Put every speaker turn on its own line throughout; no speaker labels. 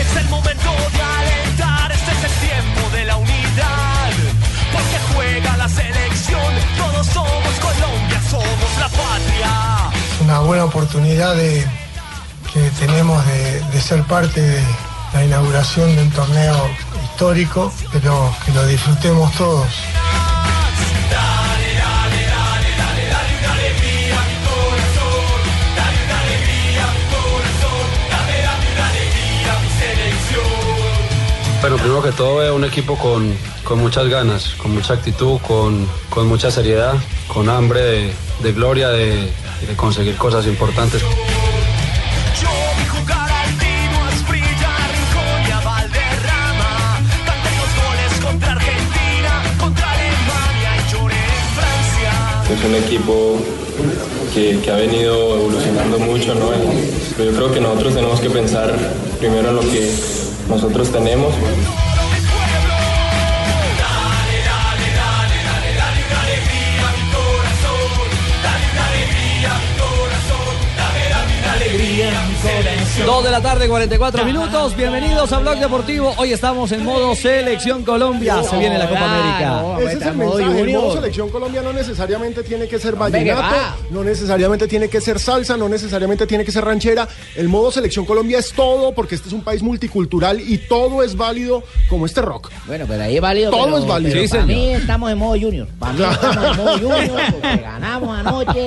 Es el momento de alentar, este es el tiempo de la unidad. Porque juega la selección, todos somos Colombia, somos la patria.
una buena oportunidad de, que tenemos de, de ser parte de la inauguración de un torneo histórico, pero que lo disfrutemos todos.
Pero primero que todo veo un equipo con, con muchas ganas, con mucha actitud, con, con mucha seriedad, con hambre de, de gloria, de, de conseguir cosas importantes.
Yo vi jugar al Timo, a Esprilla, a Rincón y a Valderrama. Tantos goles contra Argentina, contra Alemania y lloré en Francia.
Es un equipo que, que ha venido evolucionando mucho, ¿no? Y- Pero yo creo que nosotros tenemos que pensar primero en lo que nosotros tenemos.
Dos de la tarde, 44 minutos. Bienvenidos a Blog Deportivo. Hoy estamos en modo Selección Colombia. Se viene la Copa América.
Ese es el mensaje. El modo selección Colombia no necesariamente tiene que ser vallenato, no necesariamente tiene que ser salsa, no necesariamente tiene que ser ranchera. El modo selección Colombia es todo porque este es un país multicultural y todo es válido como este rock.
Bueno, pero ahí es válido.
Todo
pero-
es válido.
pero
Sí,
para
señor.
mí estamos en modo junior. Para mí estamos en modo junior porque ganamos anoche.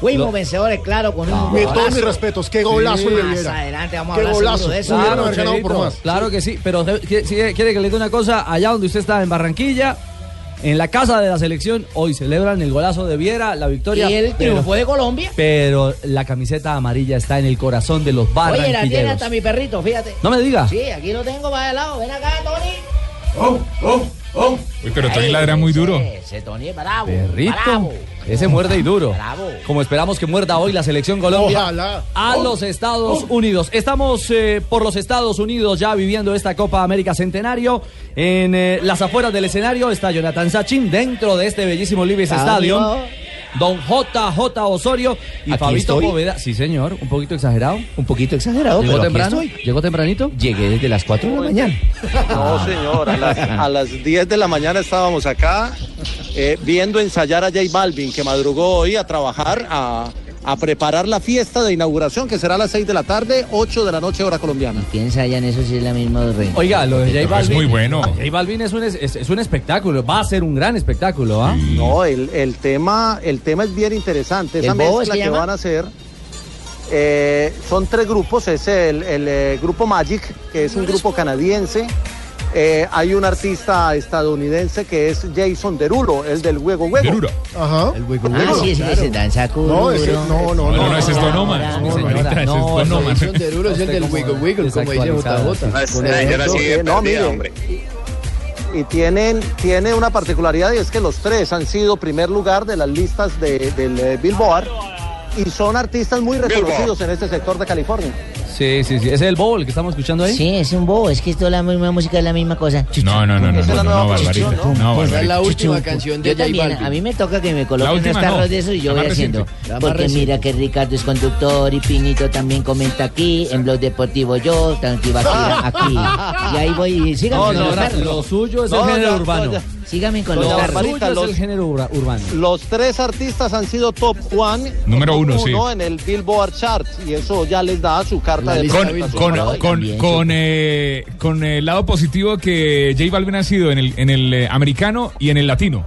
Fuimos vencedores, claro, con un
Mi-
golazo.
todos mis respetos, qué golazo el de
Más
Viera.
adelante vamos a
Qué
hablar
golazo.
seguro de eso.
Pudieron
Claro,
haber ganado por
Chelito,
más.
Claro que sí, pero de- que- si quiere que le diga una cosa, allá donde usted está, en Barranquilla, en la casa de la selección, hoy celebran el golazo de Viera, la victoria.
Y el
pero,
triunfo de Colombia.
pero la camiseta amarilla está en el corazón de los
Oye, la tiene hasta
barranquilleros.
mi perrito, fíjate.
No me diga.
Sí, aquí lo tengo para el lado. Ven acá, Tony.
Oh, Uy, pero
Ahí,
Tony ladra muy
ese-
duro.
Ese Tony es bravo.
Perrito.
Bravo.
Ese muerde y duro.
Bravo.
Como esperamos que muerda hoy la selección Colombia.
Ojalá.
A
Oh.
los Estados Unidos. Estamos eh, por los Estados Unidos ya viviendo esta Copa América Centenario. En eh, las afueras del escenario está Jonathan Sachin dentro de este bellísimo Libes
Cambio.
Stadium. Don JJ Osorio y
Aquí
Fabito
estoy.
Poveda. Sí, señor. Un poquito exagerado.
Un poquito exagerado,
¿Llegó
pero aquí
temprano?
estoy.
¿Llegó tempranito?
Llegué desde las 4 de la mañana.
No, señor, a las, a las 10 de la mañana estábamos acá eh, viendo ensayar a J Balvin, que madrugó hoy a trabajar, a, a preparar la fiesta de inauguración, que será a las 6 de la tarde, 8 de la noche, hora colombiana.
Piensa ya en eso si es la misma rey.
Oiga, lo de J
Es
Balvin.
muy bueno.
J Balvin es un, es, es un espectáculo. Va a ser un gran espectáculo, ¿ah?
No, el, el tema, el tema es bien interesante. Esa
¿El bobo
mezcla
es que
que
llama?
van a hacer eh, son tres grupos. Es el, el, eh, grupo Magic, que es un grupo canadiense. Eh, hay un artista estadounidense que es Jason Derulo, el del Huego Huego.
Duro.
Ajá.
Ah, sí, ese, ese danza cururo.
No, ese- no, no,
No,
no.
no, ese es
no,
Donoma.
no,
señorita, ese es
no,
Donoma.
Duro es el del Wiggle Wiggle, como dice
Ah,
Pues,
Eh, no, mire, Y tienen, tiene una particularidad y es que los tres han sido primer lugar de las listas de, del eh, Billboard y son artistas muy reconocidos en este sector de California.
Sí, sí, sí. Ese es el bowl que estamos escuchando ahí.
Sí, es un bobo. Es que esto es la misma música, es la misma cosa.
No, no, no, no,
Esa es
no,
la
no,
nueva
Barbarita.
posición,
No,
Esa es
Barbarita.
Pues, la última
Chuchu.
canción de
Yo
J
también,
Balvin.
A mí me toca que me
La
coloquen unos
última
tarros
no,
de eso y yo
la
voy
más
haciendo.
reciente.
La más
Porque
reciente.
mira que Ricardo es conductor y Pinito también comenta aquí, en Blog Deportivo yo, Tranquibaquira aquí. Y ahí voy, y síganme
No,
con
no,
los
no,
tarros.
Lo suyo es
No,
el género
ya, no,
urbano.
ya.
Síganme con
Doña
los
Lo
tarros.
Barbarita,
suyo es el
los-
género urba- urbano.
Los tres artistas han sido top one,
Número
top
uno, sí.
en el Billboard Chart y eso ya les da su carta
La
de
lista
Con,
presentación
con-
para hoy.
con- con, eh, con el lado positivo que J Balvin ha sido en el, en el eh, americano y en el latino.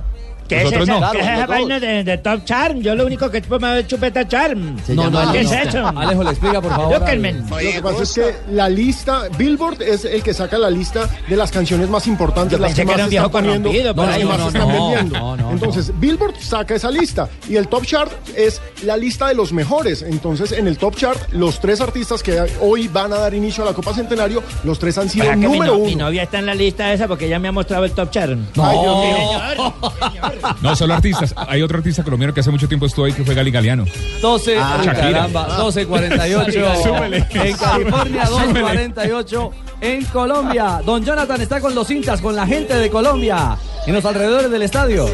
¿Qué es
Nosotros
esa,
no.
qué es
Claro,
esa
los
vaina de, de Top Charm? Yo lo único que chupo más es chupeta Charm.
Se llama
¿Qué es
lista.
eso?
Alejo, le explica, por favor,
Edúquenme.
Lo que pasa es que la lista, Billboard es el que saca la lista de las canciones más importantes,
Yo
las
pensé
que
que
más
era
se
un viejo
están poniendo,
corrompido,
las
pero
que
no,
más
no,
se están
no,
vendiendo.
no, no,
Entonces, Billboard saca esa lista y el Top Chart es la lista de los mejores. Entonces, en el Top Chart, los tres artistas que hoy van a dar inicio a la Copa Centenario, los tres han sido
Para que mi,
número
no- mi
uno.
novia está en la lista esa porque ella me ha mostrado el Top Charm.
Ay, Dios mío.
No, solo artistas. Hay otro artista colombiano que hace mucho tiempo estuvo ahí que fue Gali Galeano.
12,
Ah,
uy,
Shakira.
caramba, 12.48
Súbele.
en California,
Súbele.
2.48 en Colombia. Don Jonathan está con los hinchas, con la gente de Colombia, en los alrededores del estadio.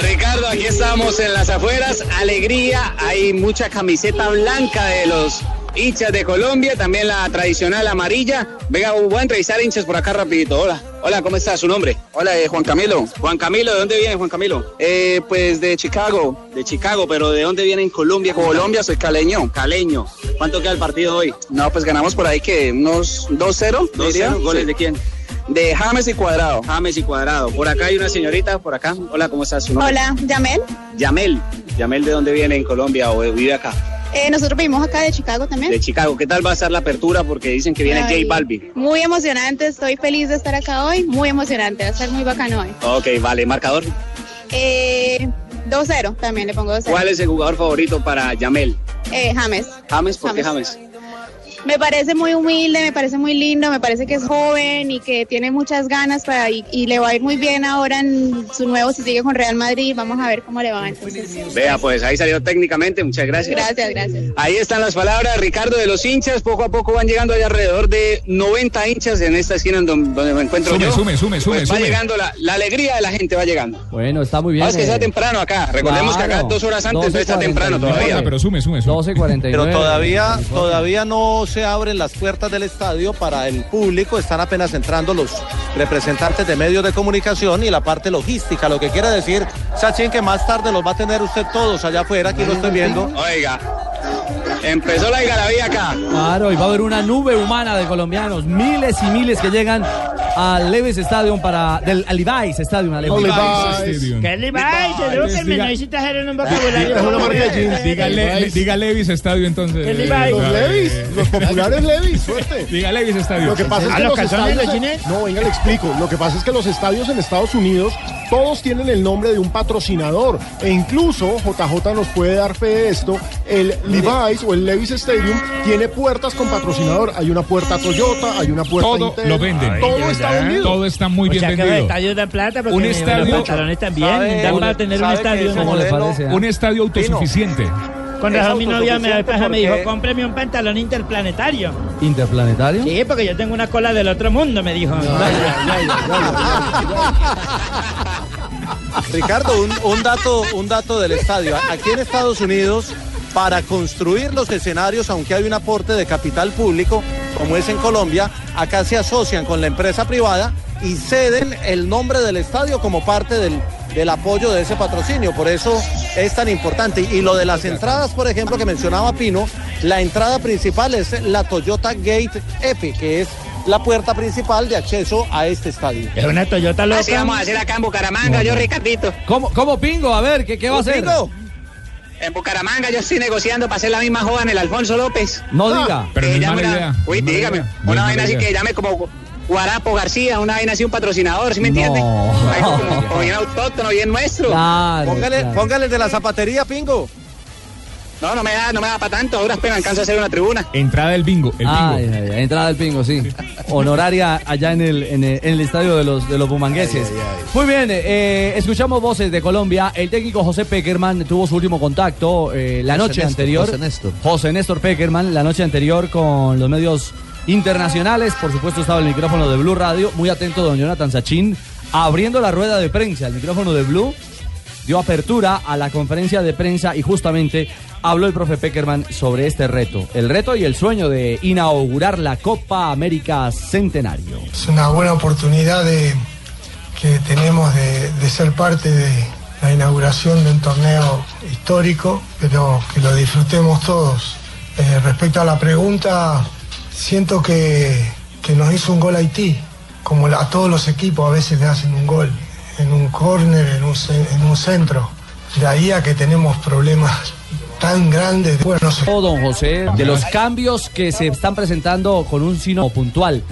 Ricardo, aquí estamos en las afueras, alegría, hay mucha camiseta blanca de los hinchas de Colombia, también la tradicional amarilla. Venga, voy a entrevistar hinchas por acá rapidito. Hola, hola, ¿cómo está su nombre? Hola, eh, Juan Camilo. Juan Camilo, ¿de dónde viene Juan Camilo? pues de Chicago. De Chicago, pero ¿de dónde viene en Colombia? Colombia, soy caleño. Caleño. ¿Cuánto queda el partido hoy? No, pues ganamos por ahí que unos 2-0. 2-0, goles de quién? De James y Cuadrado. James y Cuadrado. Por acá hay una señorita, por acá. Hola, ¿cómo está su nombre?
Hola, Yamel.
Yamel. Yamel, ¿de dónde viene en Colombia o vive acá?
Eh, nosotros vivimos acá de Chicago también.
De Chicago. ¿Qué tal va a estar la apertura? Porque dicen que viene
¿Eh? Ay.
J Balvin.
Muy emocionante, estoy feliz de estar acá hoy. Muy emocionante, va a estar muy bacano hoy.
Ok, vale. ¿Marcador?
Eh, 2-0, también le pongo 2-0.
¿Cuál es el jugador favorito para Yamel?
Eh, James.
James, ¿por qué James?
Me parece muy humilde, me parece muy lindo, me parece que es joven y que tiene muchas ganas para y, y le va a ir muy bien ahora en su nuevo si sigue con Real Madrid. Vamos a ver cómo le va entonces.
Vea, pues ahí salió técnicamente. Muchas gracias.
Gracias, gracias.
Ahí están las palabras, Ricardo, de los hinchas. Poco a poco van llegando hay alrededor de 90 hinchas en esta esquina en don- donde me encuentro
Sume,
yo.
sume, sume, sume,
Pues va
sume.
llegando la, la alegría de la gente, va llegando.
Bueno, está muy bien. eh.
Ah, es que está temprano acá. Recordemos que acá dos horas antes, entonces está temprano todavía.
Pero sume, sume, sume.
12.49.
Pero todavía, todavía no se abren las puertas del estadio para el público. Están apenas entrando los representantes de medios de comunicación y la parte logística. Lo que quiere decir, Sachin, que más tarde los va a tener usted todos allá afuera. Aquí lo estoy viendo.
Oiga, empezó la algarabía acá.
Claro, y va a haber una nube humana de colombianos, miles y miles que llegan al Leves Stadium para del al Levi's Stadium, al Levi's Stadium.
¿Qué le va? Se digo que
Diga-
el menor hacer un vocabulario.
Dígale, diga Levis Estadio entonces.
El Levi's.
Los Levis, los populares Levis, suerte.
Diga Levis Estadio. Ah,
Lo que pasa es que los estadios en- No, venga, le explico. Lo que pasa es que los estadios en Estados Unidos todos tienen el nombre de un patrocinador. E incluso, JJ nos puede dar fe de esto, el Levi's o el Levi's Stadium tiene puertas con patrocinador. Hay una puerta Toyota, hay una puerta
Todo
Intel.
lo venden.
Todo está vendido.
Todo está muy
o
bien
sea, que los
vendido.
estadios dan plata porque
Un
los
estadio-
pantalones también.
¿Sabe-
dan para tener un
sabe que
estadio.
ese modelo- Un estadio autosuficiente.
Con
Es
razón mi novia me,
autosuficiente
me dijo,
porque-
cómprame un pantalón interplanetario.
Interplanetario.
Sí, porque yo tengo una cola del otro mundo, me dijo.
Ricardo, un, un dato, un dato del estadio. Aquí en Estados Unidos, para construir los escenarios, aunque hay un aporte de capital público, como es en Colombia, acá se asocian con la empresa privada y ceden el nombre del estadio como parte del, del apoyo de ese patrocinio. Por eso es tan importante. Y lo de las entradas, por ejemplo, que mencionaba Pino, la entrada principal es la Toyota Gate F, que es la puerta principal de acceso a este estadio.
Es una Toyota
loca.
Así vamos a hacer acá en Bucaramanga, yo Ricardito.
¿Cómo, cómo pingo? A ver, ¿qué, qué va a hacer?
Pingo, En Bucaramanga yo estoy negociando para hacer la misma joda en el Alfonso López.
No
Ah,
diga.
que
Pero no es
llame
mala
una-
idea,
Uy,
no es
dígame.
mala idea. No es
Una
mala
vaina así
idea.
que llame como Guarapo García, una vaina así un patrocinador, ¿sí me entiende? Algo como, como bien autóctono, bien nuestro.
póngale, póngale el de la zapatería, Pingo.
No, no me da, no me da para tanto, ahora me alcanza a hacer una tribuna.
Entrada del bingo. El
Ah,
bingo.
ya, ya, entrada del pingo, sí. Honoraria allá en el, en el, en el estadio de los, de los bumangueses. Muy bien, eh, escuchamos voces de Colombia. El técnico José Peckerman tuvo su último contacto eh, la
José
noche
Néstor,
anterior.
José Néstor.
José Néstor Peckerman, la noche anterior con los medios internacionales. Por supuesto, estaba el micrófono de Blue Radio. Muy atento, don Jonathan Sachin, abriendo la rueda de prensa, el micrófono de Blue. Dio apertura a la conferencia de prensa y justamente habló el profe Peckerman sobre este reto. El reto y el sueño de inaugurar la Copa América Centenario.
Es una buena oportunidad de, que tenemos de, de ser parte de la inauguración de un torneo histórico, pero que lo disfrutemos todos. Eh, respecto a la pregunta, siento que, que nos hizo un gol Haití, como la- a todos los equipos a veces le hacen un gol. en un córner, en un, ce- en un centro. De ahí a que tenemos problemas tan grandes. Bueno, no sé.
Oh, don José, de los cambios que se están presentando con un sino puntual,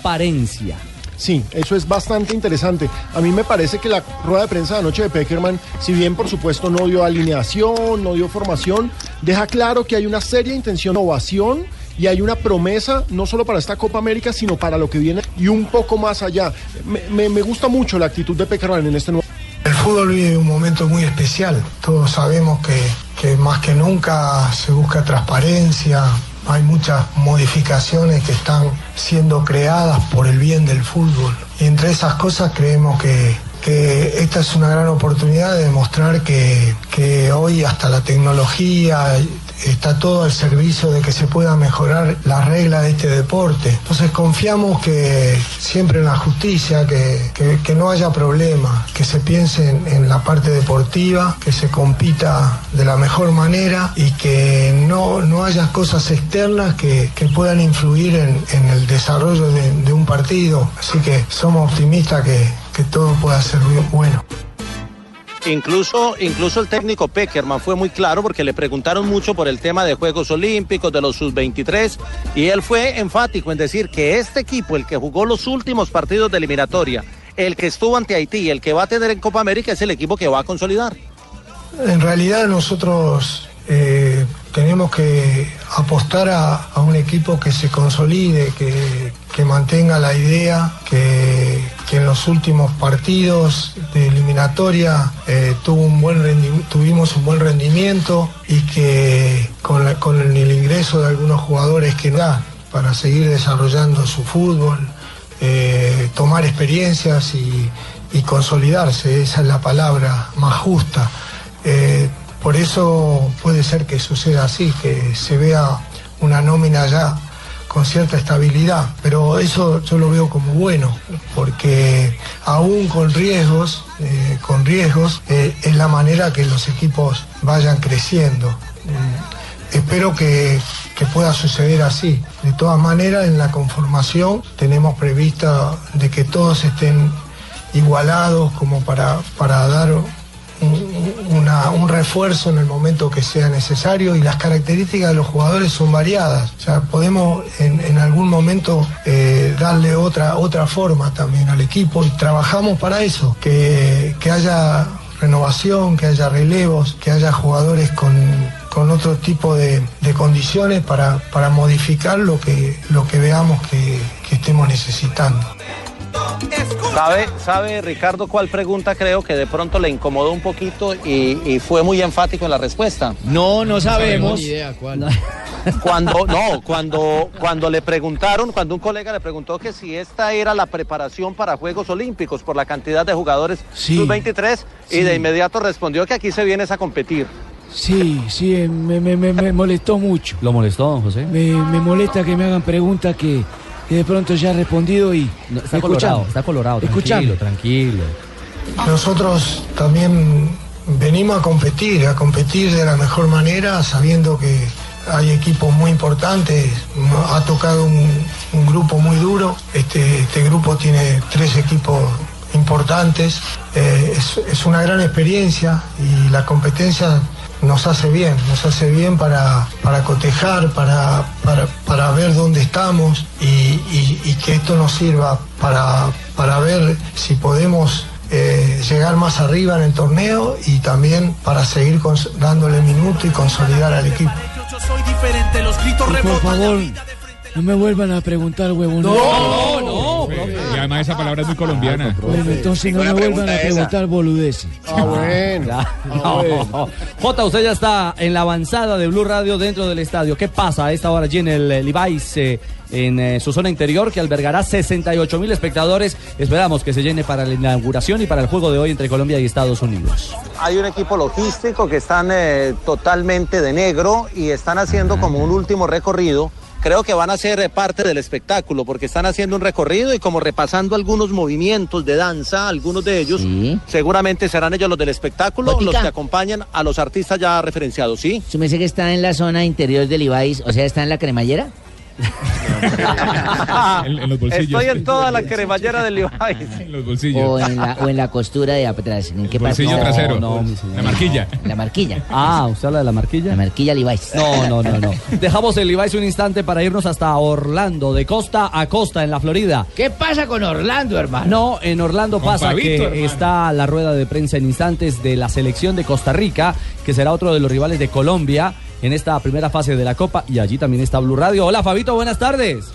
transparencia.
Sí, eso es bastante interesante. A mí me parece que la rueda de prensa de anoche de Peckerman, si bien por supuesto no dio alineación, no dio formación, deja claro que hay una seria intención de innovación y hay una promesa no solo para esta Copa América, sino para lo que viene y un poco más allá. Me, me- me gusta mucho la actitud de Peckerman en este nuevo...
El fútbol vive un momento muy especial. Todos sabemos que, que más que nunca se busca transparencia. Hay muchas modificaciones que están siendo creadas por el bien del fútbol. Y entre esas cosas creemos que, que esta es una gran oportunidad de demostrar que, que hoy hasta la tecnología está todo al servicio de que se pueda mejorar la regla de este deporte. Entonces confiamos que siempre en la justicia, que, que- que no haya problema, que se piense en, en la parte deportiva, que se compita de la mejor manera y que no, no haya cosas externas que, que puedan influir en, en el desarrollo de, de un partido. Así que somos optimistas que, que todo pueda ser bien bueno.
Incluso, incluso el técnico Peckerman fue muy claro porque le preguntaron mucho por el tema de Juegos Olímpicos, de los sub-23, y él fue enfático en decir que este equipo, el que jugó los últimos partidos de eliminatoria, el que estuvo ante Haití, el que va a tener en Copa América, es el equipo que va a consolidar.
En realidad nosotros eh, tenemos que apostar a, a un equipo que se consolide, que, que mantenga la idea, que, que en los últimos partidos de eliminatoria eh, tuvo un buen rendi- tuvimos un buen rendimiento y que con, la- con el ingreso de algunos jugadores que da para seguir desarrollando su fútbol, eh, tomar experiencias y, y consolidarse, esa es la palabra más justa. Eh, por eso puede ser que suceda así, que se vea una nómina ya con cierta estabilidad, pero eso yo lo veo como bueno, porque aún con riesgos, eh, con riesgos, eh, es la manera que los equipos vayan creciendo. Mm, Espero que, que pueda suceder así. De todas maneras, en la conformación tenemos prevista de que todos estén igualados como para, para dar un- una- un refuerzo en el momento que sea necesario y las características de los jugadores son variadas. O sea, podemos en, en algún momento eh, darle otra, otra forma también al equipo y trabajamos para eso, que, que haya renovación, que haya relevos, que haya jugadores con, con otro tipo de, de condiciones para, para modificar lo que, lo que veamos que- que estemos necesitando.
¿Sabe, ¿Sabe, Ricardo, cuál pregunta creo que de pronto le incomodó un poquito y, y fue muy enfático en la respuesta?
No, no sabemos.
Cuando, no, cuando, cuando le preguntaron, cuando un colega le preguntó que si esta era la preparación para Juegos Olímpicos por la cantidad de jugadores
Sí,
sub-23 y
sí.
de inmediato respondió que aquí se vienes a competir.
Sí, sí, eh, me, me- me- me molestó mucho.
¿Lo molestó, don José?
Me, me molesta que me hagan preguntas que, que de pronto ya he respondido y...
Está
escuchame,
colorado, está colorado.
escuchame.
Tranquilo, tranquilo.
Nosotros también venimos a competir, a competir de la mejor manera, sabiendo que hay equipos muy importantes, no- ha tocado un, un grupo muy duro, este, este grupo tiene tres equipos importantes, Eh, es, es una gran experiencia y la competencia nos hace bien, nos hace bien para, para cotejar, para, para, para ver dónde estamos y, y- y que esto nos sirva para, para ver si podemos eh, llegar más arriba en el torneo y también para seguir cons- dándole minuto y consolidar al equipo.
Soy diferente, los gritos
Por favor, no me vuelvan a preguntar, huevón.
No, no, Y además esa palabra es muy colombiana.
Bueno, entonces no me vuelvan a preguntar Ah, boludeces.
Ah,
Ah,
No. Jota, usted ya está en la avanzada de Blue Radio dentro del estadio. ¿Qué pasa a esta hora allí en el eh, Levi's, eh, en eh, su zona interior, que albergará 68 mil espectadores? Esperamos que se llene para la inauguración y para el juego de hoy entre Colombia y Estados Unidos.
Hay un equipo logístico que están eh, totalmente de negro y están haciendo como un último recorrido. Creo que van a ser eh, parte del espectáculo porque están haciendo un recorrido y como repasando algunos movimientos de danza, algunos de ellos seguramente serán ellos los del espectáculo, los
Botica.
que acompañan a los artistas ya referenciados, ¿sí?
¿Su merced que está en la zona interior del Ibáis, o sea, está en la cremallera?
en, en los bolsillos.
Estoy en toda la cremallera del Levi's.
En los bolsillos.
O en, la, o en la costura de atrás. ¿En qué parte?
Bolsillo
No,
trasero.
no, mi
La marquilla.
La marquilla.
Ah, ¿usted habla de la marquilla? La
marquilla Levi's.
No, no, no, no. Dejamos el Levi's un instante para irnos hasta Orlando, de costa a costa en la Florida.
¿Qué pasa con Orlando, hermano?
No, en Orlando
Con
pasa
Fabito,
que
hermano.
está la rueda de prensa en instantes de la selección de Costa Rica, que será otro de los rivales de Colombia en esta primera fase de la Copa. Y allí también está Blue Radio. Hola, Fabito, buenas tardes.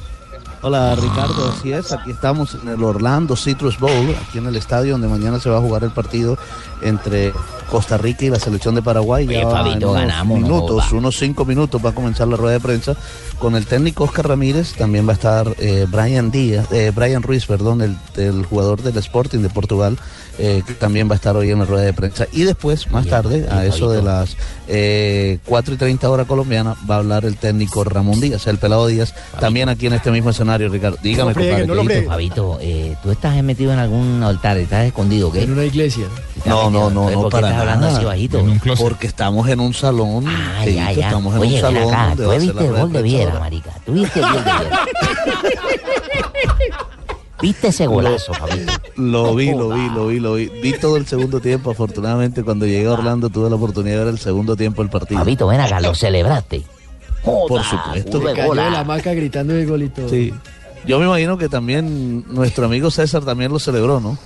Hola Ricardo, así es, aquí estamos en el Orlando Citrus Bowl, aquí en el estadio donde mañana se va a jugar el partido entre Costa Rica y la selección de Paraguay.
Oye,
va
Fabito,
en unos
ganamos, no
minutos,
joda.
unos cinco minutos va a comenzar la rueda de prensa con el técnico Oscar Ramírez, también va a estar eh, Brian Díaz, eh, Brian Ruiz, perdón, el, el jugador del Sporting de Portugal, eh, que también va a estar hoy en la rueda de prensa. Y después, más tarde, a eso de las eh, 4 y 30 horas colombiana, va a hablar el técnico Ramón Díaz, el pelado Díaz, también aquí en este mismo escenario, Ricardo. Dígame, compadre, ¿qué dice?
Fabito, eh, tú estás metido en algún altar, estás escondido, ¿qué? En una iglesia.
No, no, no, no,
¿Por qué
para
estás hablando
nada.
así bajito?
Porque estamos en un salón. sí,
ya, ya.
Estamos en
Oye,
un
ven
salón.
acá,
donde
tú
va a ser
viste
la
el
rueda
gol de
prensa
Viera,
ahora.
marica. Tú viste el gol de Viera. Viste ese golazo, Fabito.
Lo vi, lo vi, lo vi, lo vi. Vi todo el segundo tiempo. Afortunadamente, cuando llegué a Orlando, tuve la oportunidad de ver el segundo tiempo del partido.
Fabito, ven acá, lo celebraste.
Por
Joda,
supuesto.
Se cayó de la
maca gritando el golito. Sí. Yo me imagino que también nuestro amigo César también lo celebró, ¿no?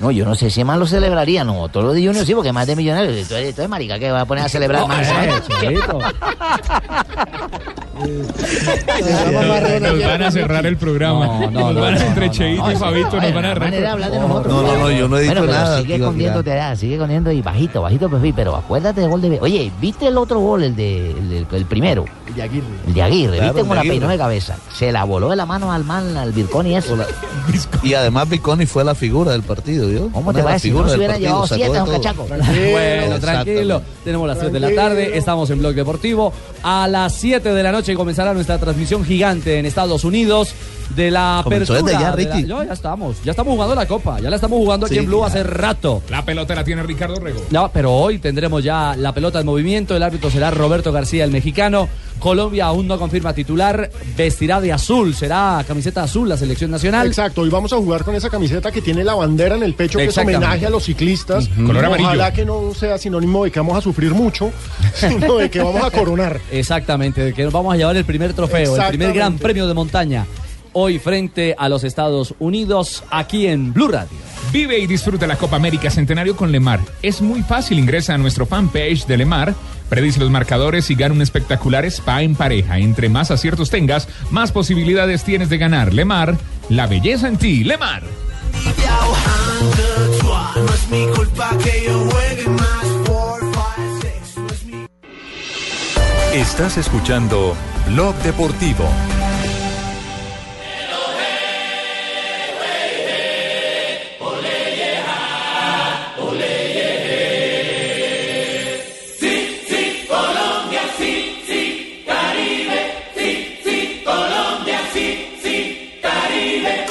No, yo no sé si más lo celebraría, no. Todos los de Junior sí, porque más de millonarios. Tú eres, tú eres marica que va a poner a celebrar
No,
más.
eh,
Nos van a cerrar el programa. nos van a entre Cheito y Fabito, nos van a cerrar.
No, no, no, yo no he dicho
bueno, pero
nada.
Sigue
digo,
escondiéndote, ah, sigue escondiendo y bajito, bajito, perfil. Pero acuérdate del gol de. Oye, ¿viste el otro gol, el, de, el, del- el primero?
El de Aguirre.
El de Aguirre,
Claro,
¿viste
el de
cómo la
Aguirre.
peinó de cabeza? Se la voló de la mano al man, al Vircón y eso.
Y además Viconi fue la figura del partido, ¿yo?
¿Cómo te parece? Si no, se hubiera llevado siete, don cachaco.
Bueno, tranquilo. Tenemos las 7 de la tarde, estamos en Blog Deportivo. A las 7 de la noche comenzará nuestra transmisión gigante en Estados Unidos de la
Comenzó desde
apertura
ya,
de la-
Ricky.
Yo, ya estamos, ya estamos jugando la copa, ya la estamos jugando aquí
Sí,
en Blue
claro.
hace rato.
La pelota la tiene Ricardo Rego.
No, pero hoy tendremos ya la pelota en movimiento. El árbitro será Roberto García, el mexicano. Colombia aún no confirma titular. Vestirá de azul, será camiseta azul la selección nacional.
Exacto, y vamos a jugar con esa camiseta que tiene la bandera en el pecho, que es
Exactamente.
homenaje a los ciclistas.
Ujú. Color
Ojalá
amarillo.
que no sea sinónimo de que vamos a sufrir mucho, sino de que vamos a coronar.
Exactamente, de que nos vamos a llevar el primer trofeo, el primer
Exactamente.
gran premio de montaña. Hoy frente a los Estados Unidos, aquí en Blue Radio.
Vive y disfruta la Copa América Centenario con Lemar. Es muy fácil, ingresa a nuestro fanpage de Lemar, predice los marcadores y gana un espectacular spa en pareja. Entre más aciertos tengas, más posibilidades tienes de ganar. Lemar, la belleza en ti, Lemar.
No es mi culpa que yo juegue más por
Estás escuchando Blog Deportivo.
Sí, sí, Colombia, sí, sí, Caribe, sí, sí, Colombia, sí, sí, Caribe.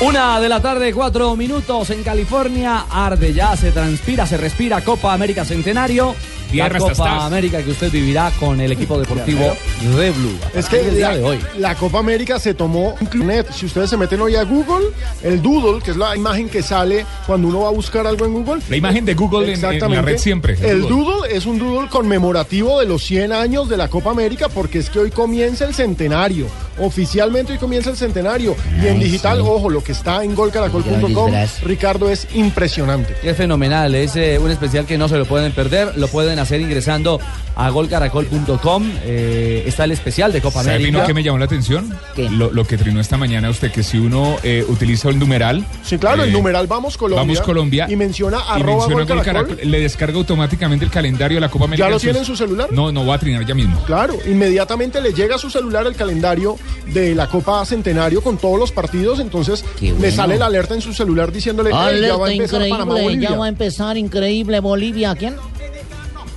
Una de la tarde, cuatro minutos en California. Arde ya, se transpira, se respira. Copa América Centenario. La
Tierra,
Copa
estás, estás.
América que usted vivirá con el equipo deportivo de Blue. A
Es
partir
que
del día
la,
de hoy.
la Copa América se tomó Internet. Si ustedes se meten hoy a Google, el Doodle, que es la imagen que sale cuando uno va a buscar algo en Google.
La imagen de Google en- en la red siempre.
El
Google.
Doodle es un Doodle conmemorativo de los 100 años de la Copa América porque es que hoy comienza el centenario. Oficialmente hoy comienza el centenario. y en
Ay,
digital,
sí.
ojo, lo que está en golcaracol.com,
disfraz.
Ricardo, es impresionante.
Es fenomenal, es eh, un especial que no se lo pueden perder, lo pueden hacer ingresando a golcaracol.com, eh, está el especial de Copa
¿Sabe
América.
Pino, qué me llamó la atención? Lo, lo que trinó esta mañana usted, que si uno eh, utiliza el numeral.
Sí, claro, el
eh,
numeral Vamos Colombia.
Vamos Colombia.
Y menciona
y
arroba
menciona Gol
golcaracol.
Caracol, le descarga automáticamente el calendario de la Copa América.
¿Ya lo
en sus-
tiene en su celular?
No, no va a trinar ya mismo.
Claro, inmediatamente le llega a su celular el calendario de la Copa Centenario con todos los partidos, entonces le
bueno.
sale la alerta en su celular diciéndole "Ey, eh, ya va a
Alerta
empezar Panamá
increíble,
Bolivia.
ya va a empezar increíble Bolivia. ¿Quién?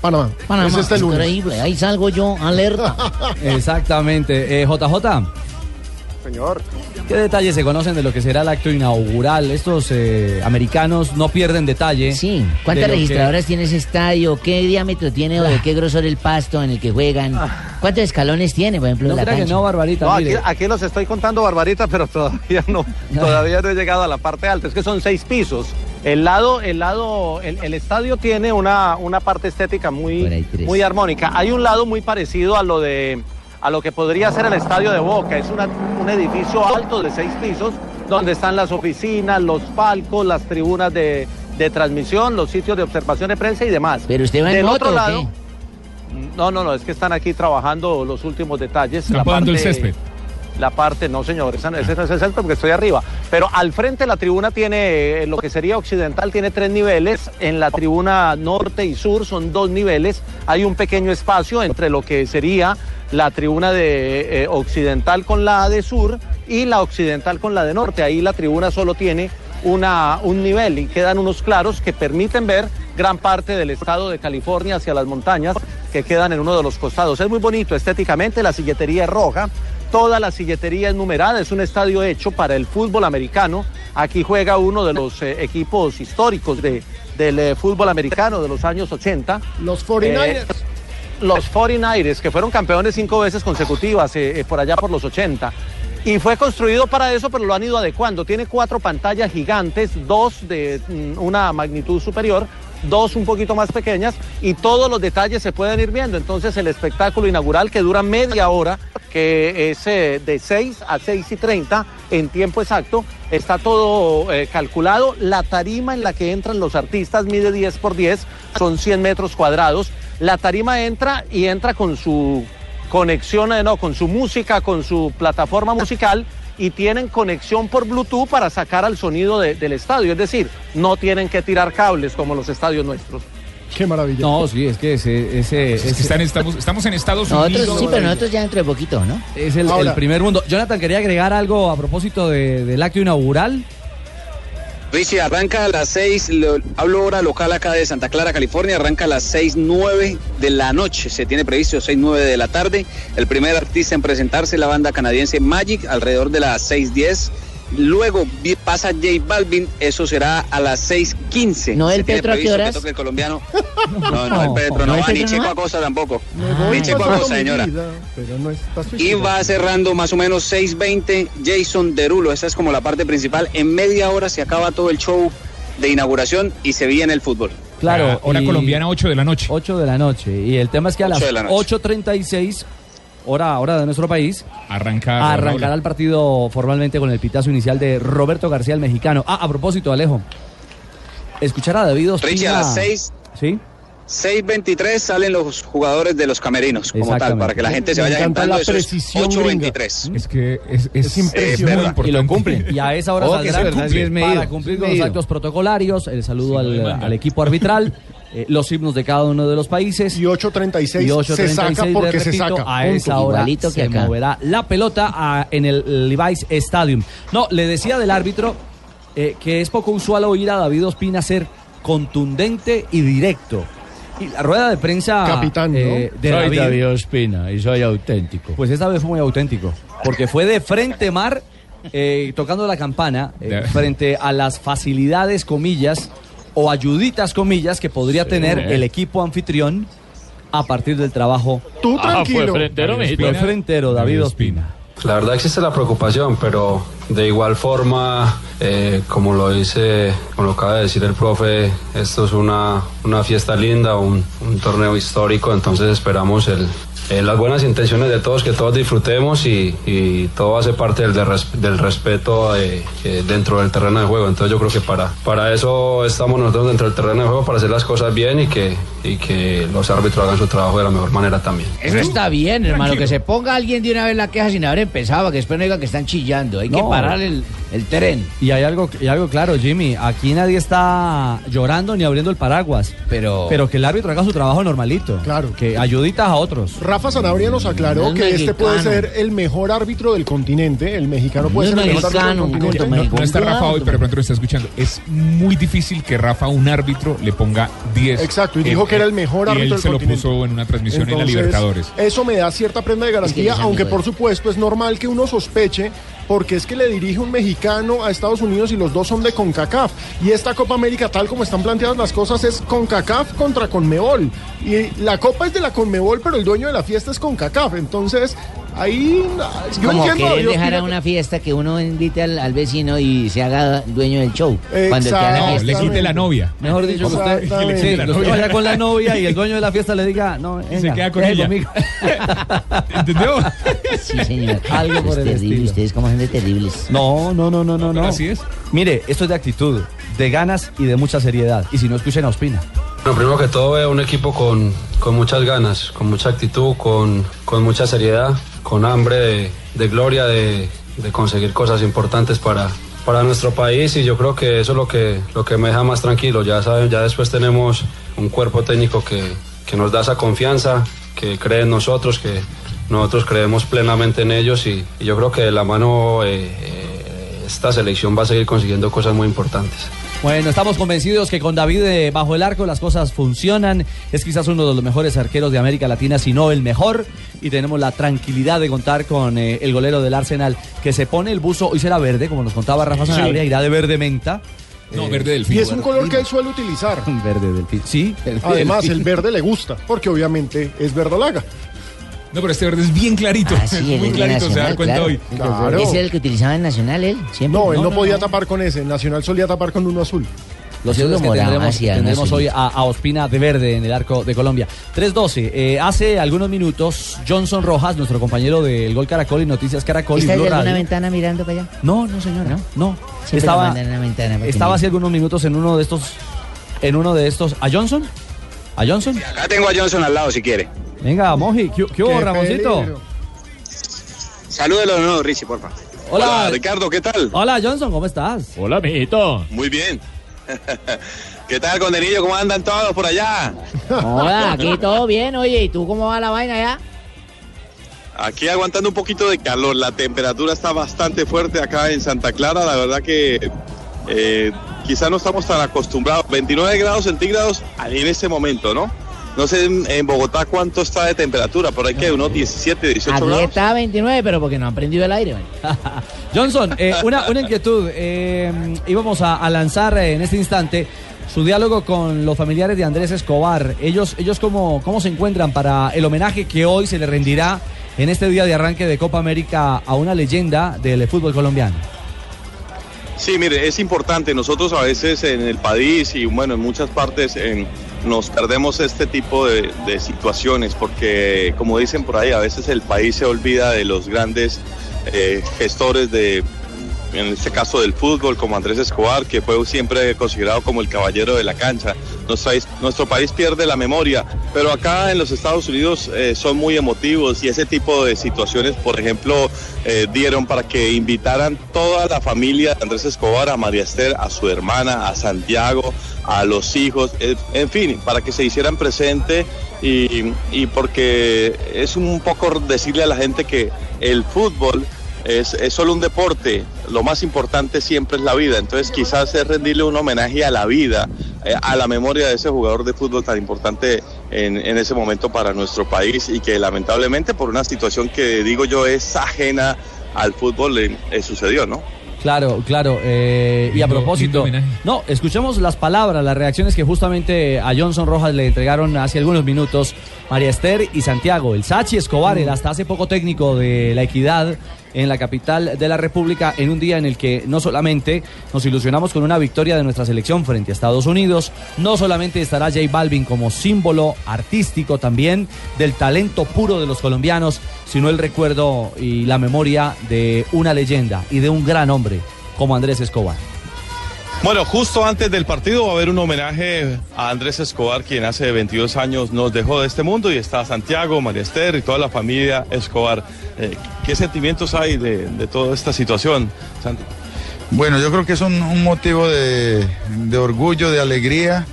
Panamá.
Panamá.
Es este lunes.
increíble, ahí salgo yo, alerta.
Exactamente, Eh, JJ.
Señor.
¿Qué detalles se conocen de lo que será el acto inaugural? Estos eh, americanos no pierden detalle. Sí,
¿Cuántas registradoras tiene ese estadio? ¿Qué diámetro tiene o de qué grosor el pasto en el que juegan? ¿Cuántos escalones tiene, por ejemplo,
No
la
crea que
cancha? ah,
no,
Barbarita,
No, aquí, aquí los estoy contando barbaritas, pero todavía no, todavía no he llegado a la parte alta. Es que son seis pisos. El lado, el lado, el, el estadio tiene una, una parte estética muy, muy armónica. Hay un lado muy parecido a lo de a lo que podría ser el estadio de Boca. Es una- un edificio alto de seis pisos donde están las oficinas, los palcos, las tribunas de, de transmisión, los sitios de observación de prensa y demás.
Pero usted va en
Del
moto,
otro
¿o
lado,
qué?
no, no, no, es que están aquí trabajando los últimos detalles.
Están podando el césped.
La parte, no señor, esa no- ese no es el césped porque estoy arriba. Pero al frente de la tribuna tiene, eh, lo que sería occidental, tiene tres niveles. En la tribuna norte y sur son dos niveles. Hay un pequeño espacio entre lo que sería la tribuna de eh, occidental con la de sur y la occidental con la de norte. Ahí la tribuna solo tiene una, un nivel y quedan unos claros que permiten ver gran parte del estado de California hacia las montañas que quedan en uno de los costados. Es muy bonito estéticamente, la silletería es roja, toda la silletería es numerada, es un estadio hecho para el fútbol americano. Aquí juega uno de los eh, equipos históricos de, del eh, fútbol americano de los años Eh, 80.
Los 49ers.
los 49ers, que fueron campeones cinco veces consecutivas eh, eh, por allá por los 80. Y fue construido para eso, pero lo han ido adecuando. Tiene cuatro pantallas gigantes, dos de mm, una magnitud superior, dos un poquito más pequeñas, y todos los detalles se pueden ir viendo. Entonces el espectáculo inaugural que dura media hora, que es eh, de 6 a 6 y 30 en tiempo exacto, está todo eh, calculado. La tarima en la que entran los artistas mide 10 por 10, son 100 metros cuadrados. La tarima entra y entra con su conexión, eh, no, con su música, con su plataforma musical y tienen conexión por Bluetooth para sacar al sonido de- del estadio. Es decir, no tienen que tirar cables como los estadios nuestros.
Qué maravilla.
No, sí, es que ese. ese,
Ah, es que
ese-
están- estamos, estamos en Estados Unidos.
Nosotros sí, pero nosotros ya dentro de poquito, ¿no?
Es el, el primer mundo. Jonathan, quería agregar algo a propósito de- del acto inaugural.
Richie, arranca a las 6, lo- hablo hora local acá de Santa Clara, California, arranca a las 6, 9 de la noche, se tiene previsto 6, 9 de la tarde. El primer artista en presentarse, la banda canadiense Magic, alrededor de las 6, 10. Luego vi- pasa J Balvin, eso será a las 6, 15.
¿Noel
Se tiene
Petro a qué
previsto que
horas?
toque el colombiano. No, no, el Petro, no,
¿Noel
va, ni
Petro
Checo
no va?
Acosta tampoco.
Voy
Ni Checo
pasando
Acosta,
mi
señora.
vida, pero no está
Y
suicidado.
va cerrando más o menos 6.20 Jason Derulo. Esa es como la parte principal. En media hora se acaba todo el show de inauguración y se viene el fútbol.
Claro.
hora colombiana,
8 de la noche. 8 de la noche. Y el tema es que a las
8 de la noche.
8.36, hora, hora de nuestro país,
Arrancar.
arrancará el partido formalmente con el pitazo inicial de Roberto García, el mexicano. Ah, a propósito, Alejo. Escuchar a David Ospina.
Richie, a las 6,
Sí.
6.23 salen los jugadores de los camerinos, como tal, para que la gente se vaya agentando. Eso es 8.23.
Es que es, es,
impresionante.
muy
verdad.
importante.
Y lo cumplen.
Y a esa hora
Oh, que
saldrán
es verdad, sí, es medido.
para cumplir con los
Es medido.
actos protocolarios. El saludo al,
demanda.
al equipo arbitral. eh, los himnos de cada uno de los países. Y
8.36
y
se saca
8.36,
porque
les
se
repito,
saca.
A
punto.
esa hora se moverá la pelota a- en el Levi's Stadium. No, le decía del árbitro eh, que es poco usual oír a David Ospina ser contundente y directo. Y la rueda de prensa
Capitán, ¿no?
eh, de
Soy
David,
David Ospina y soy auténtico.
pues esta vez fue muy auténtico, porque fue de frente mar, eh, tocando la campana, eh, frente a las facilidades, comillas, o ayuditas, comillas, que podría tener el equipo anfitrión a partir del trabajo.
Tú
tranquilo. Ah, fue frentero,
David
mijito.
Ospina. Fue frentero, David Ospina.
La verdad existe la preocupación, pero de igual forma, eh, como lo dice, como lo acaba de decir el profe, esto es una, una fiesta linda, un, un torneo histórico, entonces esperamos el, eh, las buenas intenciones de todos, que todos disfrutemos y, y todo hace parte del, de res- del respeto eh, eh, dentro del terreno de juego. Entonces yo creo que para, para eso estamos nosotros dentro del terreno de juego, para hacer las cosas bien y que, y que los árbitros hagan su trabajo de la mejor manera también.
¿Eh?
Eso está bien, hermano, que se ponga alguien de una vez la queja sin haber empezado, que después no digan que están chillando. Hay que
No.
parar el, el tren.
Y hay algo, y algo claro, Jimmy, aquí nadie está llorando ni abriendo el paraguas. Pero que el árbitro haga su trabajo normalito. Claro. Que ayuditas a otros.
Rafa Sanabria nos aclaró
Es
que este puede
mexicano.
ser el mejor árbitro del continente, el mexicano puede
Es
ser el mejor árbitro del
mexicano,
continente.
no, no está Rafa hoy, pero de pronto lo está escuchando. Es muy difícil que Rafa, un árbitro, le ponga 10.
Exacto, y
Eh,
dijo que era el mejor
y
árbitro
él
del
se lo
continente.
puso en una transmisión en la
Entonces,
Libertadores.
Eso me da cierta prenda de garantía,
Es que es
aunque
amigo,
por supuesto es normal que uno sospeche, porque es que le dirige un mexicano a Estados Unidos y los dos son de CONCACAF. Y esta Copa América, tal como están planteadas las cosas, es CONCACAF contra CONMEBOL. Y la Copa es de la CONMEBOL, pero el dueño de la fiesta es CONCACAF. Entonces, ahí... Yo
Como
entiendo...
querer
yo-
dejar a
yo-
una fiesta que uno invite al, al vecino y se haga dueño del show. Cuando está la
No,
fiesta.
le quite la novia.
Mejor dicho, que usted
Exactamente.
sí, que usted vaya con la novia y el dueño de la fiesta le diga, no, venga,
queda con
deje
ella.
conmigo.
Ah,
¿Entendió?
Sí, señor.
Algo por
es
el
terrible.
estilo.
Ustedes como son de terribles.
No, no, no, no, no, no.
así
es.
Mire, esto es de actitud, de ganas y de mucha seriedad. Y si no escuchen a Ospina.
Bueno, primero que todo veo un equipo con, con muchas ganas, con mucha actitud, con, con mucha seriedad, con hambre de, de gloria, de, de conseguir cosas importantes para, para nuestro país y yo creo que eso es lo que, lo que me deja más tranquilo. Ya saben, ya después tenemos un cuerpo técnico que, que nos da esa confianza, que cree en nosotros, que nosotros creemos plenamente en ellos y, y yo creo que de la mano eh, eh, esta selección va a seguir consiguiendo cosas muy importantes.
Bueno, estamos convencidos que con David eh, bajo el arco las cosas funcionan. Es quizás uno de los mejores arqueros de América Latina, si no el mejor. Y tenemos la tranquilidad de contar con eh, el golero del Arsenal que se pone el buzo. Hoy será verde, como nos contaba Rafa
Sí.
Sanabria, irá de verde menta.
No,
Eh,
verde del
Y es un color que él suele utilizar.
Verde delfín. Sí.
Además, el verde le gusta, porque obviamente es verdolaga.
No, pero este verde es bien clarito.
Ah, sí, él es
muy
bien
clarito, se da
nacional,
cuenta
claro.
hoy.
Claro.
¿Ese es el que utilizaba en Nacional él? Siempre.
No, él no, podía tapar con ese. Nacional solía tapar con uno azul.
Lo cierto es que tendremos, tendremos hoy a, a Ospina de verde en el arco de Colombia. 3-12. eh, hace algunos minutos, Johnson Rojas, nuestro compañero del Gol Caracol y Noticias Caracol y
¿Está
Blue
desde alguna
Radio,
ventana mirando para allá?
No, no, señora. No.
Siempre
Estaba-
lo mandan a la ventana para que
estaba
mire.
hace algunos minutos en uno de estos, en uno de estos, ¿a Johnson? ¿A Johnson?
Acá tengo a Johnson al lado si quiere.
Venga, Moji, ¿qué, qué hubo,
Qué
Ramoncito?
peligro. Salúdelo de nuevo, Richie, porfa.
Hola.
Ricardo, ¿qué tal?
Hola, Johnson, ¿cómo estás?
Hola, amiguito.
Muy bien. ¿Qué tal, Condenillo? ¿Cómo andan todos por allá?
Hola,
aquí todo bien, oye, ¿y tú cómo va la vaina ya?
Aquí aguantando un poquito de calor, la temperatura está bastante fuerte acá en Santa Clara, la verdad que eh, quizá no estamos tan acostumbrados, 29 grados centígrados en este momento, ¿no? No sé en, en Bogotá cuánto está de temperatura, pero hay que unos 17, 18
Aquí
grados.
está 29, pero porque no han prendido el aire. man.
Johnson, eh, una, una inquietud. eh, íbamos a, a lanzar eh, en este instante su diálogo con los familiares de Andrés Escobar. Ellos, ellos cómo, cómo se encuentran para el homenaje que hoy se le rendirá en este día de arranque de Copa América a una leyenda del fútbol colombiano.
Sí, mire, es importante. Nosotros a veces en el país y bueno, en muchas partes en- nos perdemos este tipo de, de situaciones porque, como dicen por ahí, a veces el país se olvida de los grandes eh, gestores de, en este caso del fútbol, como Andrés Escobar, que fue siempre considerado como el caballero de la cancha. Nuestro, país- nuestro país pierde la memoria, pero acá en los Estados Unidos eh, son muy emotivos y ese tipo de situaciones, por ejemplo, eh, dieron para que invitaran toda la familia de Andrés Escobar, a María Esther, a su hermana, a Santiago, a los hijos, eh, en fin, para que se hicieran presente y, y porque es un poco decirle a la gente que el fútbol es, es solo un deporte, lo más importante siempre es la vida, entonces quizás es rendirle un homenaje a la vida, eh, a la memoria de ese jugador de fútbol tan importante en, en ese momento para nuestro país y que lamentablemente por una situación que digo yo es ajena al fútbol eh, eh, sucedió, ¿no?
Claro, claro. eh, y a propósito, no, escuchemos las palabras, las reacciones que justamente a Johnson Rojas le entregaron hace algunos minutos María Esther y Santiago, el Sachi Escobar, el hasta hace poco técnico de la equidad en la capital de la República, en un día en el que no solamente nos ilusionamos con una victoria de nuestra selección frente a Estados Unidos, no solamente estará J Balvin como símbolo artístico también del talento puro de los colombianos, sino el recuerdo y la memoria de una leyenda y de un gran hombre como Andrés Escobar.
Bueno, justo antes del partido va a haber un homenaje a Andrés Escobar, quien hace 22 años nos dejó de este mundo y está Santiago, María Esther y toda la familia Escobar. Eh, ¿Qué sentimientos hay de, de toda esta situación, Santi?
Bueno, yo creo que es un, un motivo de, de orgullo, de alegría,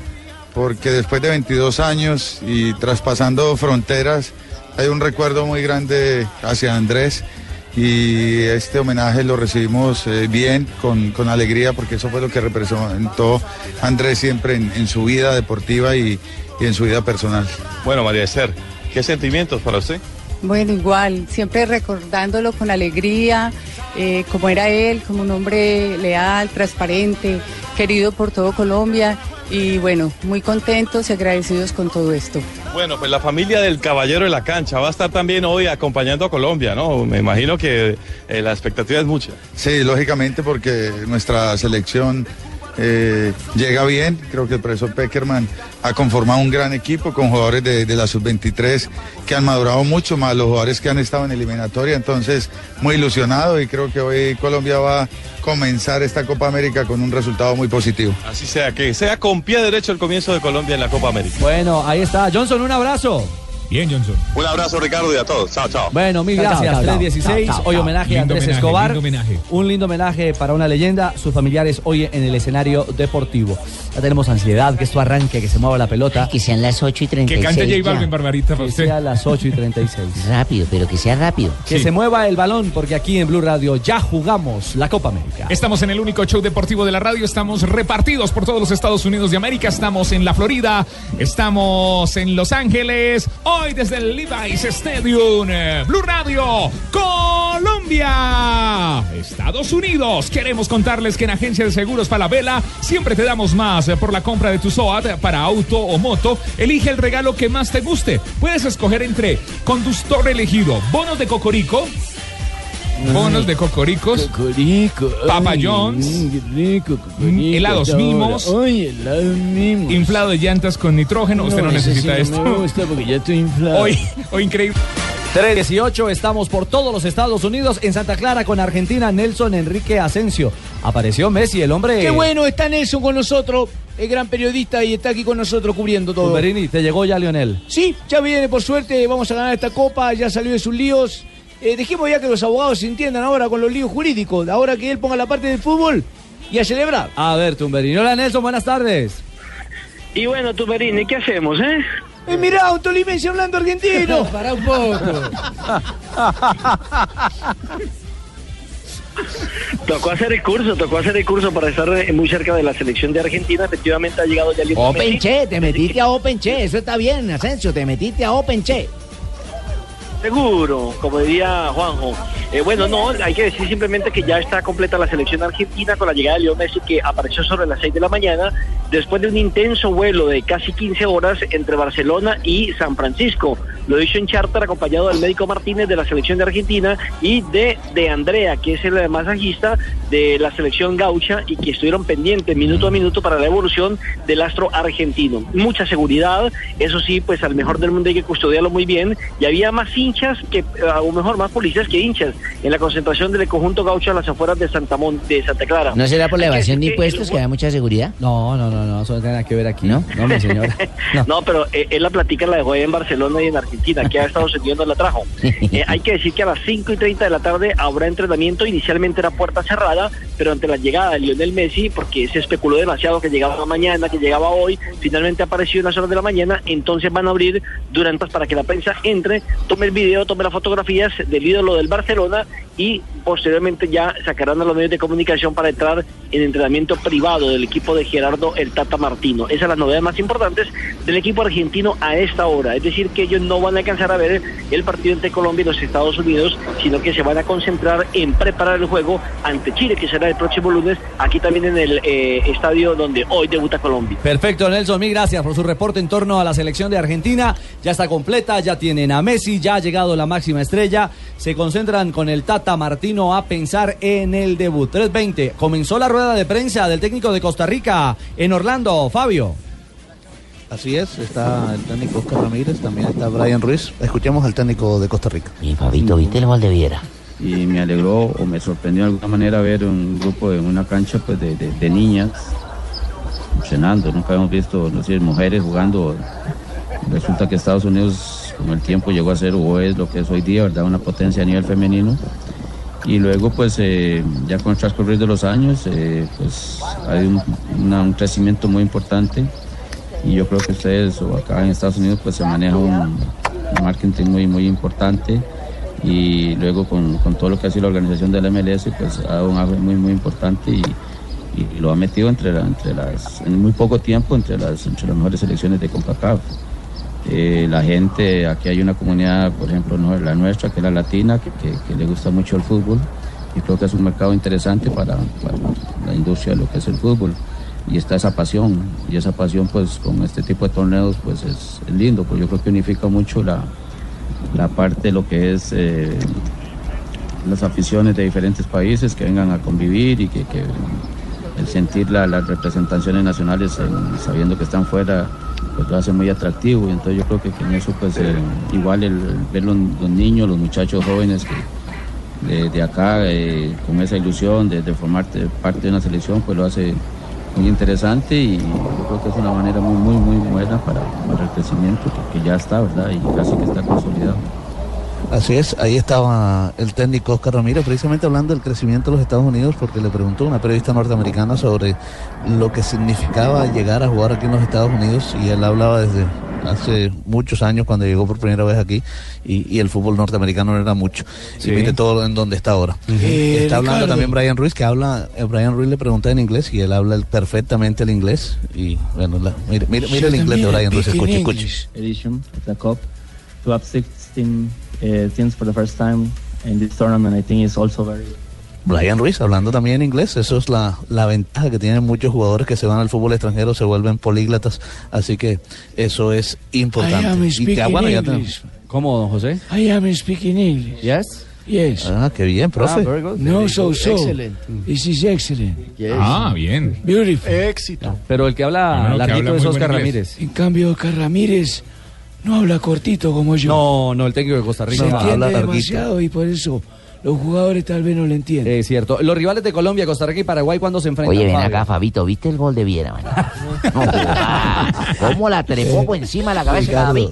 porque después de 22 años y traspasando fronteras, hay un recuerdo muy grande hacia Andrés y este homenaje lo recibimos eh, bien, con, con alegría, porque eso fue lo que representó Andrés siempre en, en su vida deportiva y, y en su vida personal.
Bueno, María Esther, ¿qué sentimientos para usted?
Bueno, igual, siempre recordándolo con alegría, eh, como era él, como un hombre leal, transparente, querido por todo Colombia y bueno, muy contentos y agradecidos con todo esto.
Bueno, pues la familia del Caballero de la Cancha va a estar también hoy acompañando a Colombia, ¿no? Me imagino que eh, la expectativa es mucha.
Sí, lógicamente porque nuestra selección eh, llega bien, creo que el profesor Peckerman ha conformado un gran equipo con jugadores de, de la sub-23 que han madurado mucho más los jugadores que han estado en eliminatoria, entonces muy ilusionado y creo que hoy Colombia va a comenzar esta Copa América con un resultado muy positivo.
Así sea, que sea con pie derecho el comienzo de Colombia en la Copa América.
Bueno, ahí está. Johnson, un abrazo.
Bien, Johnson.
Un abrazo, Ricardo, y a todos. Chao, chao.
Bueno, mil
Chao, chao,
gracias.
chao, chao.
316,
Chao, chao,
hoy
chao.
homenaje a
Lindo
Andrés
homenaje,
Escobar.
lindo homenaje.
Un lindo homenaje para una leyenda, sus familiares hoy en el escenario deportivo. Ya tenemos ansiedad, que esto arranque, que se mueva la pelota.
que sean las 8 y 36.
Que cante J
ya.
Balvin,
Barbarita,
Que sea a las 8 y 36.
Rápido, pero que sea rápido.
Que se mueva el balón, porque aquí en Blue Radio ya jugamos la Copa América.
Estamos en el único show deportivo de la radio, estamos repartidos por todos los Estados Unidos de América, estamos en la Florida, estamos en Los Ángeles, hoy desde el Levi's Stadium, eh, Blue Radio, Colombia, Estados Unidos. Queremos contarles que en Agencia de Seguros Falabella siempre te damos más eh, por la compra de tu SOAT eh, para auto o moto. Elige el regalo que más te guste. Puedes escoger entre conductor elegido, bonos de Cocorico, bonos de Cocoricos. Papa Jones.
Bonito,
helados
ahora.
mimos.
Ay, helados mimos.
Inflado de llantas con nitrógeno. Usted no
ese sí
necesita
no
esto.
Me
este
gusta porque ya estoy inflado.
Hoy, hoy increíble.
318, estamos por todos los Estados Unidos, en Santa Clara con Argentina, Nelson Enrique Asensio. Apareció Messi, el hombre.
Qué bueno, está Nelson con nosotros, el gran periodista, y está aquí con nosotros cubriendo todo.
Tumberini, te llegó ya Lionel.
Sí, ya viene, por suerte, vamos a ganar esta copa, ya salió de sus líos. Eh, dejemos ya que los abogados se entiendan ahora con los líos jurídicos, ahora que él ponga la parte del fútbol y a celebrar.
A ver, Tumberini. Hola Nelson, buenas tardes.
Y bueno, Tuperini, ¿qué hacemos, eh?
Eh, mirá, un tolimense hablando argentino.
Pará un poco. Tocó hacer el curso, tocó hacer el curso para estar eh, muy cerca de la selección de Argentina. Efectivamente ha llegado ya Lionel
Open
Messi.
Che, te metiste a Open Che, eso está bien, Asensio, te metiste a Open Che.
Seguro, como diría Juanjo. Eh, bueno, no, hay que decir simplemente que ya está completa la selección argentina con la llegada de Leo Messi que apareció sobre las 6 de la mañana después de un intenso vuelo de casi 15 horas entre Barcelona y San Francisco. Lo hizo en charter acompañado del médico Martínez de la selección de Argentina y de, de Andrea, que es el masajista de la selección gaucha y que estuvieron pendientes minuto a minuto para la evolución del astro argentino. Mucha seguridad, eso sí, pues al mejor del mundo hay que custodiarlo muy bien. Y había más hinchas que, eh, o mejor, más policías que hinchas en la concentración del conjunto gaucho a las afueras de Santa, Mon de Santa Clara.
¿No será por la
Hay que
evasión de
decir que el
impuestos que da mucha seguridad?
No, no, no, no, eso no tiene nada que ver aquí. No, no, mi señora.
No, pero eh, él la platica la dejó ahí en Barcelona y en Argentina, que a Estados Unidos no la trajo. Eh, hay que decir que a las 5 y 30 de la tarde habrá entrenamiento, inicialmente era puerta cerrada, pero ante la llegada de Lionel Messi, porque se especuló demasiado que llegaba mañana, que llegaba hoy, finalmente apareció en las horas de la mañana, entonces van a abrir durante para que la prensa entre, tome el video, tome las fotografías del ídolo del Barcelona y posteriormente ya sacarán a los medios de comunicación para entrar en entrenamiento privado del equipo de Gerardo el Tata Martino. Esa es la novedad más importante del equipo argentino a esta hora. Es decir, que ellos no van a alcanzar a ver el partido entre Colombia y los Estados Unidos, sino que se van a concentrar en preparar el juego ante Chile, que será el próximo lunes, aquí también en el eh, estadio donde hoy debuta Colombia.
Perfecto, Nelson, mil gracias por su reporte en torno a la selección de Argentina. Ya está completa, ya tienen a Messi, ya ha llegado la máxima estrella. Se concentran con el Tata Martino a pensar en el debut. 320, comenzó la rueda de prensa del técnico de Costa Rica en Orlando, Fabio.
Así es, está el técnico Oscar Ramírez, también está Brian Ruiz. Escuchemos al técnico de Costa Rica.
Y Fabito, ¿viste el gol de Viera?
y me alegró o me sorprendió de alguna manera ver un grupo en una cancha pues, de, de- de niñas funcionando. Nunca habíamos visto no sé, mujeres jugando. Resulta que Estados Unidos con el tiempo llegó a ser o es lo que es hoy día, ¿verdad? Una potencia a nivel femenino. Y luego, pues, eh, ya con el transcurrir de los años, eh, pues, hay un, una- un crecimiento muy importante. Y yo creo que ustedes, o acá en Estados Unidos, pues, se maneja un, marketing muy, muy importante. Y luego con, con todo lo que ha sido la organización del MLS, pues ha dado un auge muy, muy importante y, y lo ha metido entre, la- entre las, en muy poco tiempo entre las, entre las mejores selecciones de CONCACAF. Eh, la gente, aquí hay una comunidad, por ejemplo, no, la nuestra, que es la latina, que, que- que le gusta mucho el fútbol y creo que es un mercado interesante para, para la industria de lo que es el fútbol. Y está esa pasión, y esa pasión pues con este tipo de torneos pues es lindo, porque yo creo que unifica mucho la, la parte de lo que es eh, las aficiones de diferentes países que vengan a convivir y que, que el sentir la- las representaciones nacionales en- sabiendo que están fuera pues lo hace muy atractivo y entonces yo creo que, que en eso pues eh, igual el, el ver los, los niños, los muchachos jóvenes que de, de acá eh, con esa ilusión de, de formar te- parte de una selección pues lo hace muy interesante y yo creo que es una manera muy muy muy buena para, para el crecimiento que, que ya está verdad y casi que está consolidado.
Así es, ahí estaba el técnico Oscar Ramírez, precisamente hablando del crecimiento de los Estados Unidos, porque le preguntó a una periodista norteamericana sobre lo que significaba llegar a jugar aquí en los Estados Unidos, y él hablaba desde hace muchos años cuando llegó por primera vez aquí, y, y el fútbol norteamericano no era mucho.
Sí.
Y mire todo en donde está ahora.
Eh,
está hablando
Ricardo.
también Brian Ruiz, que habla, eh, Brian Ruiz le pregunta en inglés, y él habla el- perfectamente el inglés, y bueno, la- mire, mire, mire el inglés de Brian Ruiz, escuche, escuche.
Edition of the Cup to have 16 uh, teams for the first time in this tournament, I think is also very
Brian Ruiz hablando también en inglés, eso es la, la ventaja que tienen muchos jugadores que se van al fútbol extranjero, se vuelven políglatas, así que eso es importante.
I am
y
speaking
bueno, ya
English.
tenemos- ¿Cómo, don José?
I am speaking English.
Yes.
Yes.
Ah, qué bien, profe.
Ah, very good. No, so, so. Excellent. This is excellent.
Ah, bien.
Beautiful. Éxito.
Pero el que habla
Primero que
Ah, larguito
habla
es
muy
Oscar
buen
Ramírez.
inglés. En cambio, Oscar Ramírez no habla cortito como yo.
No, no, el técnico de Costa Rica
Se entiende
habla
demasiado y por eso los jugadores tal vez no lo entienden.
Es cierto. Los rivales de Colombia, Costa Rica y Paraguay, ¿cuándo se enfrentan?
Oye, ven
Fabio?
acá, pues. Fabito, ¿viste el gol de Viera, man? No, joda. ¿Cómo la trepó por encima de la cabeza
Ricardo.
David?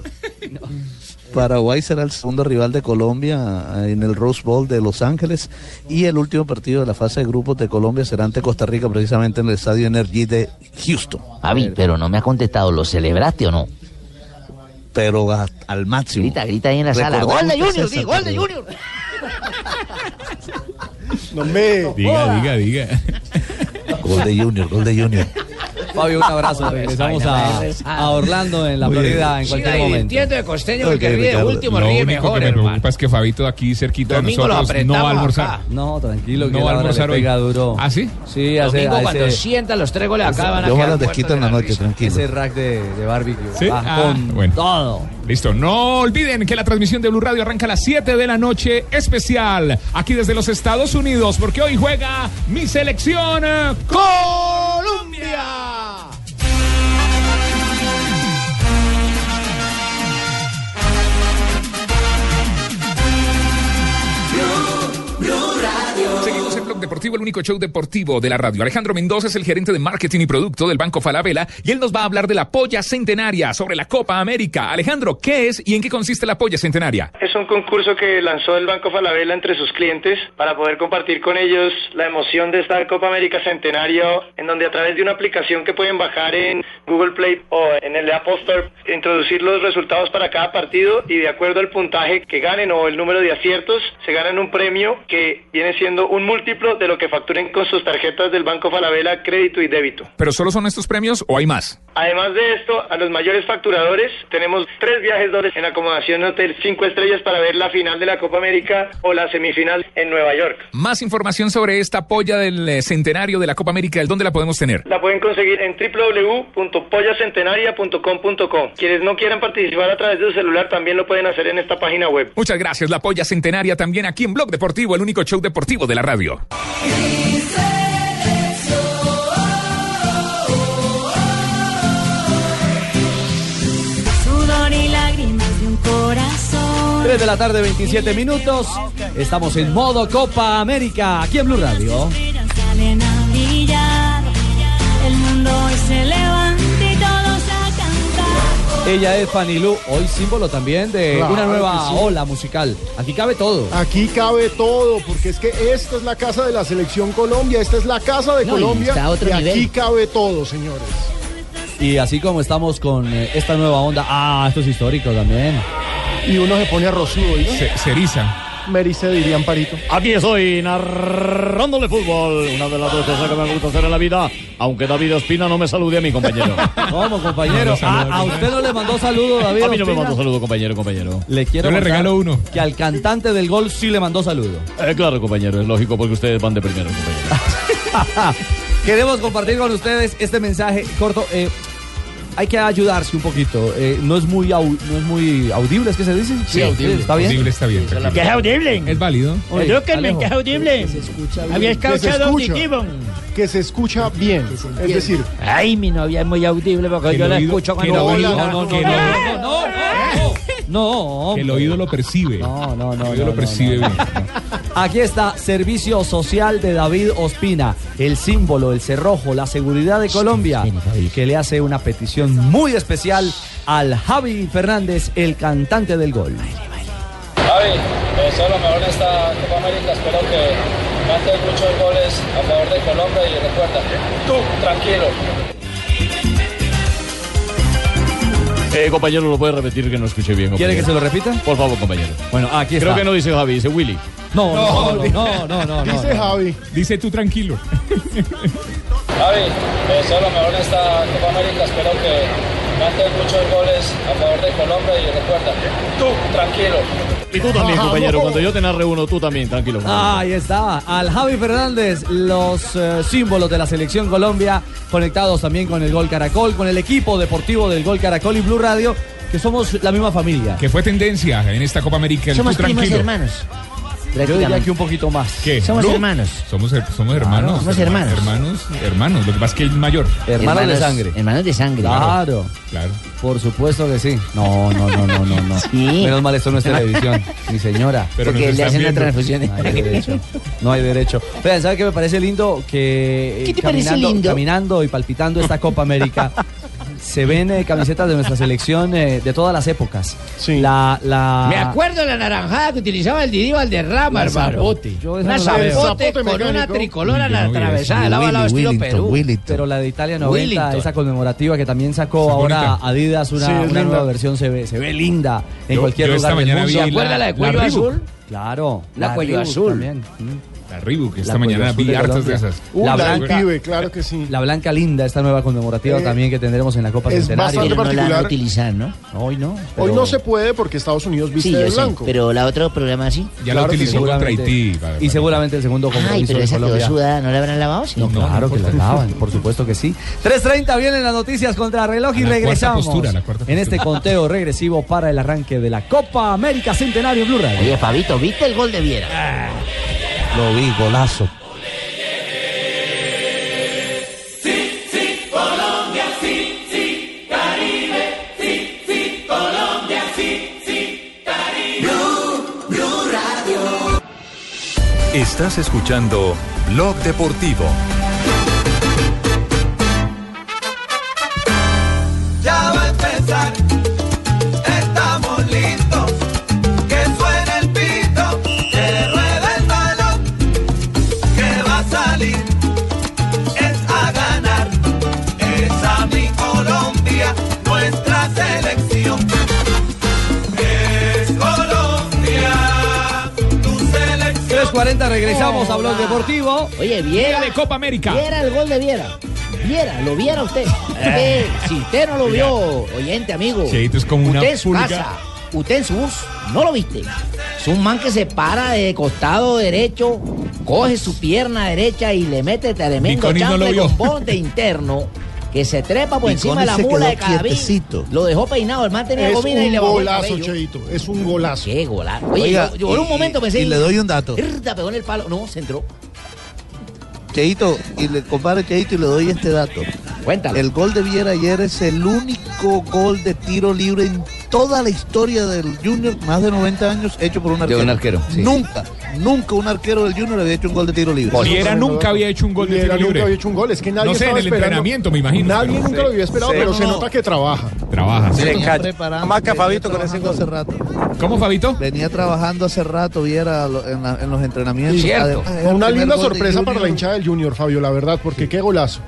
Paraguay será el segundo rival de Colombia eh, en el Rose Bowl de Los Ángeles y el último partido de la fase de grupos de Colombia será ante Costa Rica precisamente en el Estadio Energy de Houston.
Javi, pero no me ha contestado, ¿lo celebraste o no?
Pero a- al máximo.
Grita, grita ahí en la sala.
Recordemos
¡Gol de
que
Junior,
César
sí, gol de
Pérez-
Junior!
No me.
Diga, diga, diga. Gol de Junior, gol de Junior.
Fabio, un abrazo. Regresamos a, a Orlando en la
Muy bien.
Florida en
Siga
cualquier
ahí,
momento.
entiendo de costeño
el que
Ok,
ríe
Ricardo.
último
Lo
ríe
único
mejor,
que me
hermano.
preocupa es que Fabito aquí cerquita de
Domingo lo
nosotros no va a
apretamos
almorzar.
acá. No, tranquilo, que
No va
la
a
hora le
almorzar hoy.
pega duro.
¿Ah, sí?
Sí, hace, a ese-
sientan los tres goles
acá, van a
Yo me
quedar
las
muertos
desquito en la noche, tranquilo.
ese rack de, de barbecue.
Sí,
Va
ah,
con
bueno.
todo.
Listo, no olviden que la transmisión de Blue Radio arranca a las 7 de la noche especial aquí desde los Estados Unidos porque hoy juega mi selección eh, Colombia. Seguimos en Blog Deportivo, el único show deportivo de la radio. Alejandro Mendoza es el gerente de marketing y producto del Banco Falabella y él nos va a hablar de la polla centenaria sobre la Copa América. Alejandro, ¿qué es y en qué consiste la polla centenaria?
Es un concurso que lanzó el Banco Falabella entre sus clientes para poder compartir con ellos la emoción de esta Copa América Centenario, en donde a través de una aplicación que pueden bajar en Google Play o en el Apple Store, introducir los resultados para cada partido y de acuerdo al puntaje que ganen o el número de aciertos, se ganan un premio que viene siendo un múltiplo de lo que facturen con sus tarjetas del Banco Falabella, crédito y débito.
¿Pero solo son estos premios o hay más?
Además de esto, a los mayores facturadores tenemos tres viajes dobles en acomodación hotel cinco estrellas para ver la final de la Copa América o la semifinal en Nueva York.
Más información sobre esta polla del eh, centenario de la Copa América, ¿el ¿dónde la podemos tener?
La pueden conseguir en www.pollacentenaria.com.co. Quienes no quieran participar a través de su celular también lo pueden hacer en esta página web.
Muchas gracias, la polla centenaria también aquí en Blog Deportivo, el único show deportivo de la radio.
Sudor y lágrimas de un corazón.
3 de la tarde, 27 minutos. Estamos en modo Copa América, aquí en Blue Radio.
Salen a brillar. El mundo hoy se levanta y todos a cantar.
Ella es Fanny Lu, hoy símbolo también de
Claro
una nueva
que sí.
ola musical. Aquí cabe todo.
Aquí cabe todo, porque es que esta es la casa de la selección Colombia, esta es la casa de
No, y
Colombia
está a otro
y aquí
nivel.
cabe todo, señores.
Y así como estamos con eh, esta nueva onda. Ah, esto es histórico también.
y uno se pone arrozudo. ¿no?
Ceriza.
Merice dirían Parito.
Aquí estoy narrándole fútbol, una de las dos cosas que me gusta hacer en la vida, aunque David Ospina no me salude a mi compañero.
Vamos, compañero. a, Ah, a usted no le mandó saludo, David.
a mí no me
Ospina.
mandó saludo, compañero, compañero.
Le quiero
Yo le
contar
regalo
uno.
Que al cantante del gol sí le mandó saludo.
Eh, claro, compañero, es lógico porque ustedes van de primero, compañero.
Queremos compartir con ustedes este mensaje corto. eh, hay que ayudarse un poquito. eh, no, es muy au- no es muy audible, ¿es que se dice?
Sí, audible.
¿Está bien?
Audible está bien, perfecto.
¿Qué es audible?
Es válido.
Oye,
Edúquenme,
Alejo,
que es audible. Había
Que se
escuchado
escucha.
auditivo.
Que se escucha bien. Es decir,
ay, mi novia es muy audible porque
Que
yo
el
la
oído-
escucho
que
cuando
el oído-
habla.
no, no, que el
¡Ah!
No.
El oído lo percibe.
No, no, no.
El oído lo percibe bien.
Aquí está Servicio Social de David Ospina, el símbolo, el cerrojo, la seguridad de Colombia, que le hace una petición muy especial al Javi Fernández, el cantante del gol.
Javi, te deseo lo mejor en esta Copa América. Espero que marques muchos goles a favor de Colombia y recuerda, tú tranquilo.
Eh, compañero, ¿lo puede repetir que no escuché bien?
¿Quiere que se lo
repita? Por favor, compañero.
Bueno, aquí
Creo
está.
que no dice Javi, dice Willy.
No,
no,
no,
no,
no, no.
Dice no.
Javi.
Dice tú tranquilo.
Javi, te deseo lo mejor en esta Copa América. Espero que marques muchos goles a favor de Colombia y recuerda, tú tranquilo.
Y tú también, compañero. Cuando yo te narre uno, tú también, tranquilo.
Ahí está, al Javi Fernández, los eh, símbolos de la selección Colombia, conectados también con el Gol Caracol, con el equipo deportivo del Gol Caracol y Blue Radio, que somos la misma familia.
Que fue tendencia en esta Copa América. el
Somos
tú
primos
tranquilo.
hermanos. Yo diría que un poquito más.
¿Qué?
Somos
¿Blue?
hermanos.
Somos, her- somos hermanos.
somos
herma- Hermanos, hermanos. Lo que pasa es que es mayor.
Hermanos de sangre. Hermanos de sangre. Claro.
Claro.
Por supuesto que sí. No, no, no, no, no. no. Menos mal esto no es televisión, mi señora.
Pero Porque nos le están hacen la viendo. transfusión.
No hay derecho. No hay derecho. Vean, ¿sabe qué me parece lindo? Que eh,
¿Qué te parece
caminando,
lindo?
caminando y palpitando esta Copa América. Se ven eh, camisetas de nuestra selección eh, de todas las épocas. Sí. La, la...
Me acuerdo la naranjada que utilizaba el Didi Valderrama,
Ah. La
hermano.
zapote. Yo esa
Una
no la veo.
zapote
Zapote
con una
mecánico.
tricolor
Uy,
a
yo
la
no vi eso.
atravesada, lado a lado, estilo Perú.
Pero la de Italia 90,
Wellington.
esa conmemorativa que también sacó
Esa es
ahora
bonita.
Adidas, una,
Sí, es
una
linda.
nueva versión se ve, se ve linda en
Yo-
cualquier
yo esta
lugar del
mañana
mundo.
vi
¿Se
la-
acuerda la de
la
cuello
Reebok.
azul? Claro.
La cuello
Reebok
azul.
También.
La Reebok, que esta
La
mañana
cuello azul
vi
de
hartas de
Colombia.
esas.
Uh, la del pibe,
claro que sí.
La blanca linda, esta nueva conmemorativa
Eh,
también que tendremos en la Copa
es
Centenario.
bastante Pero no la van a particular.
utilizar, ¿no? Hoy no.
hoy no se puede porque Estados Unidos viste
Sí,
de
yo sé,
blanco.
pero la otra programa sí.
Ya la utilizó contra Haití. para-
Y seguramente el segundo compromiso
Ay, pero
de
esa quedó
Colombia.
sudada, ¿no la habrán lavado? Sí.
No, claro que la lavan, por supuesto que sí. 3.30 vienen las noticias contra reloj y
La cuarta
regresamos
postura, la cuarta
en
postura.
este conteo regresivo para el arranque de la Copa América Centenario Blue Radio.
Oye, Fabito, ¿viste el gol de Viera?
Lo vi, golazo.
Colombia, sí, sí, Caribe, sí, sí, Colombia, sí, sí, Caribe. Blue, Blue Radio.
Estás escuchando Blog Deportivo.
Ya va a empezar, estamos listos. Que suene el pito, que ruede el balón. Que va a salir, es a ganar. Es a mi Colombia, nuestra selección. Es Colombia, tu selección.
3.40 regresamos a Blog Deportivo.
Oye, Viera. de
Copa América.
Viera el gol de Viera. Viera, lo viera usted.
Eh.
Usted, si usted no lo vio, oyente, amigo.
Cheito es como una
Usted en su
pulga.
casa, usted en su bus, no lo viste. Es un man que se para de costado derecho, coge su pierna derecha y le mete tremendo
Viconi no lo
chanfle
vio.
con bote interno que se trepa por encima
Viconi
de la
se
mula
quedó
de Cadavid.
quietecito.
Lo dejó peinado, el man tenía
Es
gomina y
un
le bajó el
golazo,
cabello.
Cheito. Es un golazo.
Qué golazo. Oye, yo, yo por un momento pensé.
Y le doy un dato.
"Erda, pegó en el palo. No, se entró.
Cheito, y le comparo Cheito y le doy este dato.
Cuéntalo.
El gol de Viera ayer es el único gol de tiro libre en toda la historia del Junior, más de 90 años, hecho por un arquero.
un arquero, sí.
Nunca, nunca un arquero del Junior había hecho un gol de tiro libre.
Viera nunca había hecho un gol de
Viera
tiro libre.
nunca había hecho un gol, es que nadie
No sé, en
estaba
el
esperando.
entrenamiento, me imagino.
Nadie
pero-
nunca lo había esperado,
Sí.
pero se
No, no.
nota que trabaja.
Trabaja.
Se venía
preparando,
Maca
Fabito
con ese gol. Hace rato.
¿Cómo, Fabito?
Venía trabajando hace rato, Viera, lo- en, la- en los entrenamientos.
Cierto.
Además, era el
una
primer
linda
gol de
sorpresa
Junior.
para la hinchada del Junior, Fabio, la verdad, porque qué golazo.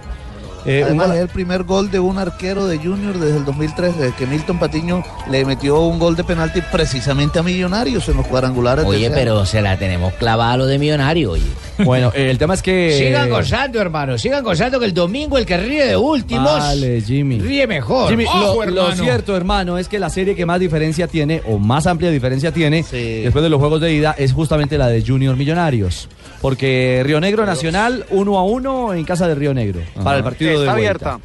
Eh, un
Además,
gola-
es el primer gol de un arquero de Junior desde el 2003, desde que Milton Patiño le metió un gol de penalti precisamente a Millonarios en los cuadrangulares.
Oye, pero
se la tenemos clavada a lo de Millonarios, oye.
Bueno, eh, el tema es que.
Sigan gozando, hermano. Sigan gozando que el domingo el que ríe de últimos
Vale, Jimmy.
ríe mejor.
Jimmy,
Ojo,
lo, lo
hermano.
cierto, hermano, es que la serie que más diferencia tiene, o más amplia diferencia tiene, después de los juegos de ida, es justamente la de Junior Millonarios. Porque Río Negro Nacional, uno a uno en casa de Río Negro, para el partido de
Está
vuelta.
abierta.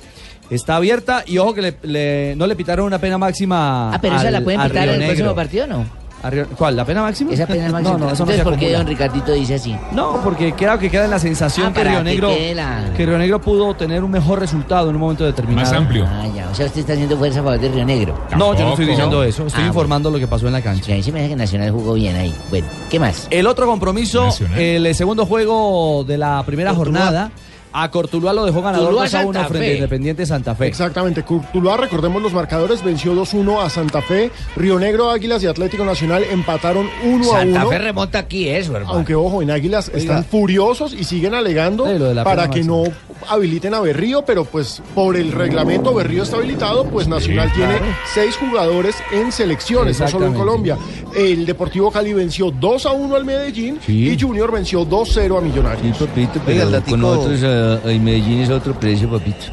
Está abierta y ojo que le, le- no le pitaron una pena máxima.
Ah, pero esa
al-
la pueden
al
pitar
Río
en el próximo
Negro.
partido, ¿no?
A Río- ¿Cuál? ¿La pena máxima?
Esa pena máxima.
No, no, eso no
Entonces,
se
¿por qué
acumula.
don Ricardito dice así?
No, porque creo que queda en la sensación
Ah,
que,
para
Río
que
Negro,
quede la-
que Río Negro pudo tener un mejor resultado en un momento determinado.
Más amplio. Ah, ya. O sea, usted está haciendo fuerza a favor de Río Negro.
No, yo no estoy diciendo eso. Estoy
Ah,
informando lo que pasó en la cancha.
ahí se me hace que Nacional jugó bien ahí. Bueno, ¿qué más?
El otro compromiso, el eh, segundo juego de la primera jornada, a Cortuluá lo dejó ganador
Cortuluá
2 a 1
Santa
frente
Fe.
a Independiente Santa Fe.
Exactamente, Curtuluá, recordemos los marcadores, venció 2-1 a Santa Fe, Río Negro, Águilas y Atlético Nacional empataron 1-1.
Santa Fe remonta aquí eso, hermano.
Aunque ojo, en Águilas
Oiga.
están furiosos y siguen alegando
Sí, lo de la
para
pena
que no
máxima.
habiliten a Berrío, pero pues por el reglamento Berrío está habilitado, pues Nacional
claro.
tiene seis jugadores en selecciones, no solo en
Exactamente.
Colombia. El Deportivo Cali venció 2 a 1 al Medellín
Sí.
y Junior venció 2-0 a Millonarios.
Sí, papito,
Oiga, el
pero
datico-
con nosotros ah, en Medellín es otro precio, papito.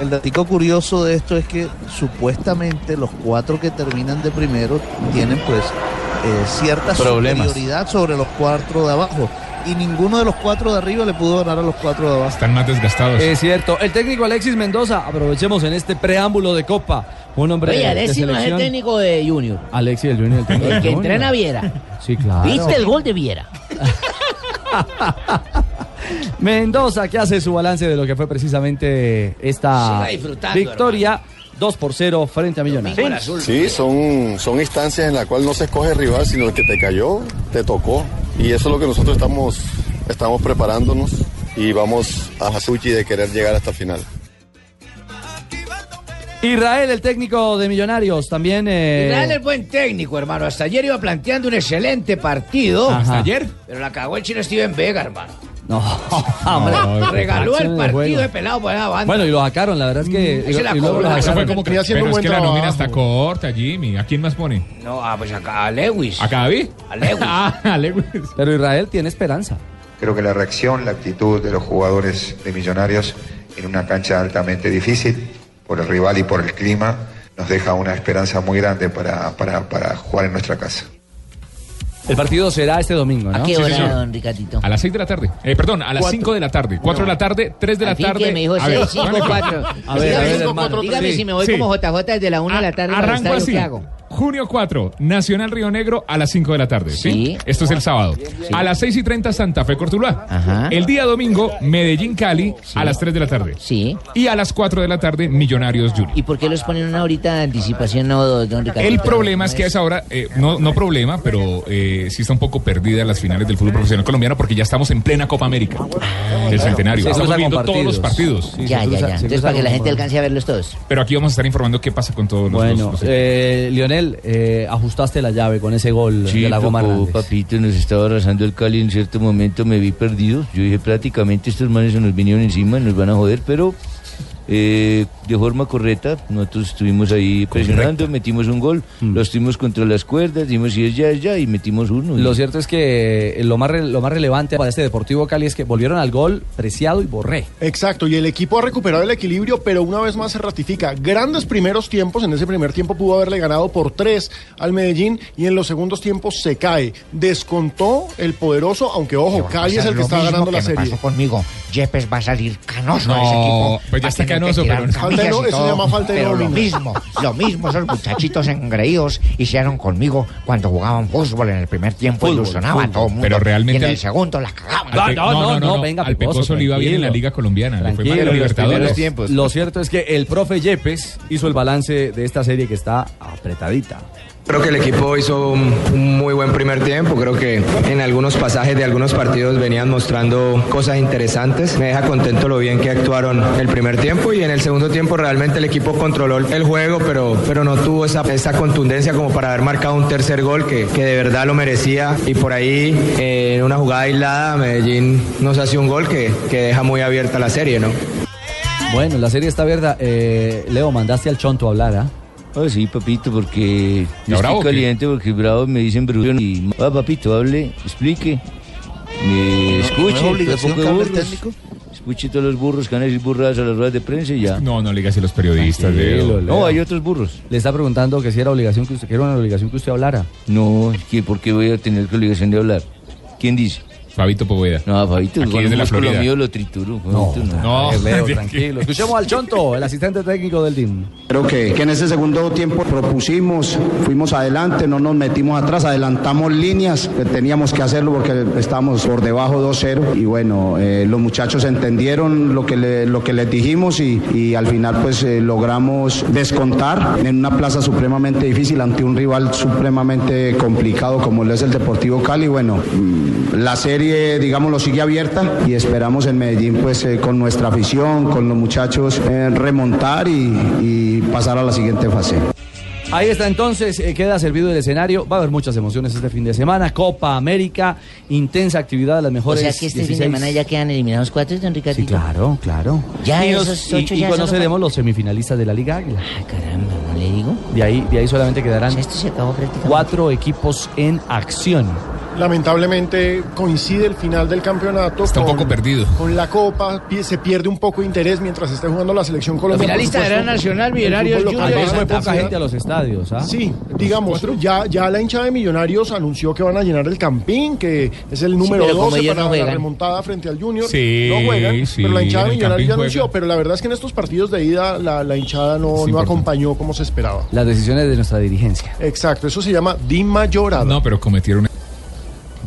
El datico curioso de esto es que supuestamente los cuatro que terminan de primero tienen pues eh, cierta
Problemas.
superioridad sobre los cuatro de abajo. Y ninguno de los cuatro de arriba le pudo ganar a los cuatro de abajo.
Están más desgastados.
Es cierto. El técnico Alexis Mendoza, aprovechemos en este preámbulo de Copa. Un hombre
Oye,
de-
Alexis
de
no es el
selección.
técnico de Junior.
Alexis el Junior. técnico
El que
de Junior.
entrena a Viera.
Sí, claro.
¿Viste el gol de Viera?
Mendoza que hace su balance de lo que fue precisamente esta
Siga disfrutando,
victoria 2 por 0 frente a Millonarios.
Sí, son, son instancias en las cuales no se escoge rival, sino el que te cayó, te tocó. Y eso es lo que nosotros estamos, estamos preparándonos y vamos a Hasuchi de querer llegar hasta el final.
Israel, el técnico de Millonarios, también. eh,
Israel es buen técnico, hermano. Hasta ayer iba planteando un excelente partido.
Ajá. ¿Hasta ayer?
Pero la cagó el chino Steven Vega, hermano.
No,
Hombre,
Ah, hombre.
regaló
Acción
el
en
partido
juego.
de pelado por la banda.
Bueno, y lo sacaron, la verdad es
Eh,
que.
Mm, ese la
y luego
cobra.
lo
Eso
sacaron.
fue como que haciendo
Pero
un
es
buen
que la nómina
trabajo.
está corta, Jimmy. ¿A quién más pone?
No, ah, pues acá a Lewis.
¿A Cadaví?
A Lewis.
ah, a Lewis.
Pero Israel tiene esperanza.
Creo que la reacción, la actitud de los jugadores de Millonarios en una cancha altamente difícil por el rival y por el clima nos deja una esperanza muy grande para, para- para jugar en nuestra casa.
El partido será este domingo, ¿no?
¿A qué Sí, hora, señor. don
Ricardito?
A las 6 de la tarde. Eh, perdón, a las
Cuatro.
5 de la tarde. 4 de la tarde, 3 de la
Al fin que
tarde.
me dijo
A ver,
seis, cinco,
Juanjo.
cuatro.
A ver, a ver, hermano.
Dígame
Sí,
si me voy
sí.
como JJ desde la 1 de la tarde para el
Arranco
estadio,
así.
¿qué hago?
Junio 4, Nacional Río Negro a las 5 de la tarde. ¿sí? Esto es el sábado. A las 6 y 30, Santa Fe Cortuluá. El día domingo, Medellín Cali a las 3 de la tarde.
Sí.
Y a las 4 de la tarde, Millonarios Junior.
¿Y por qué los ponen una horita de anticipación, no, don Ricardito?
El problema es que a esa hora, eh, no, no problema, pero eh, sí está un poco perdida las finales del fútbol profesional colombiano porque ya estamos en plena Copa América
Ah,
del centenario.
Se
estamos
cruzan
viendo
con
todos los partidos.
ya, ya, ya. Entonces, para que la gente alcance a verlos todos.
Pero aquí vamos a estar informando qué pasa con todos los-
Bueno,
los, los
eh, Lionel, eh, ajustaste la llave con ese gol
Sí,
de la goma
tocó,
Hernández.
papito, nos estaba arrasando el Cali en cierto momento, me vi perdido. Yo dije, prácticamente estos manes se nos vinieron encima, nos van a joder, pero eh, de forma correcta, nosotros estuvimos ahí presionando, Mm. metimos un gol, los tuvimos contra las cuerdas, dimos si es ya, es ya, y metimos uno.
Lo
Y-
cierto es que eh, lo más, re- lo más relevante para este Deportivo Cali es que volvieron al gol Preciado y Borré.
Exacto, y el equipo ha recuperado el equilibrio, pero una vez más se ratifica. Grandes primeros tiempos, en ese primer tiempo pudo haberle ganado por tres al Medellín y en los segundos tiempos se cae. Descontó el poderoso, aunque ojo, Cali es el que está ganando la serie.
conmigo. Yepes va a salir canoso
de ese equipo.
Pues ya está
canoso, pero no. Falta de no- eso se llama falta de
Pero lo
nómina.
mismo, lo mismo esos muchachitos engreídos hicieron conmigo cuando jugaban fútbol en el primer tiempo
Fútbol,
ilusionaba a
fútbol.
todo el mundo.
Pero realmente
Y en el
el-
segundo la
Ah,
cagaban.
Al Pe- al Pecoso le iba bien en la Liga Colombiana. Le fue mal en la Libertadores.
Lo cierto es que el profe Yepes hizo el balance de esta serie que está apretadita.
Creo que el equipo hizo un un muy buen primer tiempo, creo que en algunos pasajes de algunos partidos venían mostrando cosas interesantes. Me deja contento lo bien que actuaron el primer tiempo y en el segundo tiempo realmente el equipo controló el juego, pero, pero no tuvo esa, esa contundencia como para haber marcado un tercer gol que, que de verdad lo merecía y por ahí eh, en una jugada aislada Medellín nos hace un gol que, que deja muy abierta la serie, ¿no?
Bueno, la serie está abierta. Eh, Leo, mandaste al Chonto a hablar, ¿ah?
Ah, sí, papito, porque
¿Y
yo
bravo o
estoy
qué?
caliente porque bravo me dicen bruto y va papito, hable, explique, me escuche,
¿No es obligación
tampoco
que hable el
burros,
técnico?
escuche todos los burros que han hecho burradas a las ruedas de prensa y ya.
No, no le digas a los periodistas, Leo.
No, hay otros burros.
Le está preguntando que si era obligación que usted, que era una obligación que usted hablara.
No, es que ¿por qué voy a tener la obligación de hablar? ¿Quién dice?
Fabito Poveda.
No, Fabito,
Aquí
con
desde
el
la
músculo
Florida.
mío lo trituro.
No,
Fabito,
no.
Eh, Leo, tranquilo. Escuchemos al Chonto, el asistente técnico del DIM.
Creo que, que en ese segundo tiempo propusimos, fuimos adelante, no nos metimos atrás, adelantamos líneas que teníamos que hacerlo porque estábamos por debajo 2-0 y bueno, eh, los muchachos entendieron lo que, le- lo que les dijimos y, y al final pues eh, logramos descontar en una plaza supremamente difícil ante un rival supremamente complicado como lo es el Deportivo Cali. Bueno, mm, la serie digamos lo sigue abierta y esperamos en Medellín pues eh, con nuestra afición, con los muchachos eh, remontar y- y pasar a la siguiente fase.
Ahí está entonces, eh, queda servido el escenario. Va a haber muchas emociones este fin de semana. Copa América, intensa actividad de las
O
mejores.
sea que este fin de
16.
semana ya quedan eliminados cuatro, don Ricardo.
Sí, claro, claro.
Ya
y nos-
esos ocho
y- y
ya solo
conoceremos los semifinalistas de la Liga Águila. Ay,
Ah, caramba, no le digo.
De ahí, de ahí solamente quedarán cuatro equipos en acción.
Lamentablemente coincide el final del campeonato.
Está un poco perdido.
Con la Copa pi- se pierde un poco de interés mientras esté jugando la selección colombiana. por
finalistas
supuesto,
eran Nacional,
el
Millonarios,
fútbol local
Junior y
baja
Santa
poca
Fe.
gente
a los estadios, ¿ah?
Sí, digamos, ya, ya la hincha de Millonarios anunció que van a llenar el Campín, que es el número
pero como
12
ellos
para
no
la
juegan.
remontada frente al Junior.
Sí,
no juegan,
sí,
pero la hinchada
en
de
el
Millonarios
Campín
ya anunció.
juegan.
Pero la verdad es que en estos partidos de ida la, la hinchada no, no acompañó como se esperaba.
Las decisiones de nuestra dirigencia.
Exacto, eso se llama Dima Llorada.
No, pero cometieron una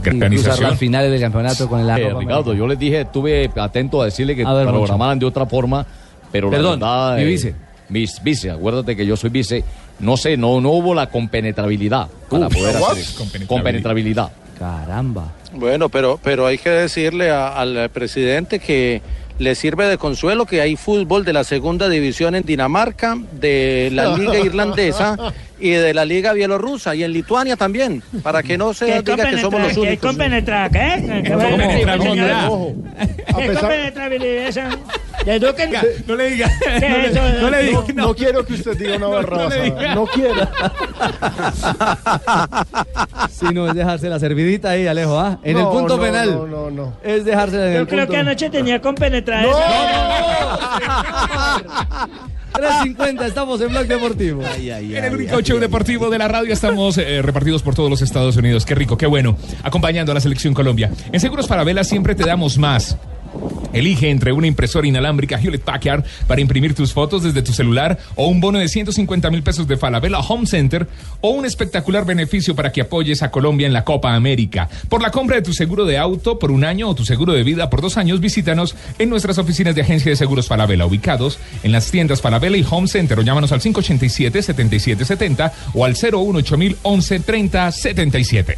organización.
finales del campeonato con la Copa
Ricardo, yo les dije, estuve atento a decirle que
A ver, Moncho.
programaran de otra forma, pero
Perdón,
la verdad... eh,
mi vice.
mis vice, acuérdate que yo soy vice. No sé, no, no hubo la compenetrabilidad para
Uf,
poder
¿what?
hacer eso. Compenetrabilidad.
Caramba.
Bueno, pero, pero hay que decirle a- al presidente que le sirve de consuelo que hay fútbol de la segunda división en Dinamarca, de la liga irlandesa y de la liga bielorrusa y en Lituania también, para que no se
Que
diga que somos los
compenetra- que
únicos.
compenetra- Eh, ¿qué? Que
¿Cómo?
compenetra-
¿Cómo?
señora.
Ojo.
Que
pesar-
compenetrabilidad esa. De Duque-
No le diga.
No le-
Eso,
no le diga,
no.
no quiero que usted diga una barrabasada. no quiero.
Si no, es dejarse la servidita ahí, Alejo, ¿ah? En
No,
el punto
no,
penal.
No, no, no.
Es dejarse en el
Yo creo
punto.
que anoche tenía compenetrada esa.
3.50, estamos en Blog Deportivo.
En el único show deportivo de la radio estamos eh, repartidos por todos los Estados Unidos. Qué rico, qué bueno. Acompañando a la selección Colombia. En Seguros para Vela siempre te damos más. Elige entre una impresora inalámbrica Hewlett Packard para imprimir tus fotos desde tu celular o un bono de 150 mil pesos de Falabella Home Center o un espectacular beneficio para que apoyes a Colombia en la Copa América. Por la compra de tu seguro de auto por un año o tu seguro de vida por dos años, visítanos en nuestras oficinas de Agencia de Seguros Falabella, ubicados en las tiendas Falabella y Home Center o llámanos al 587-7770 o al 018011 3077.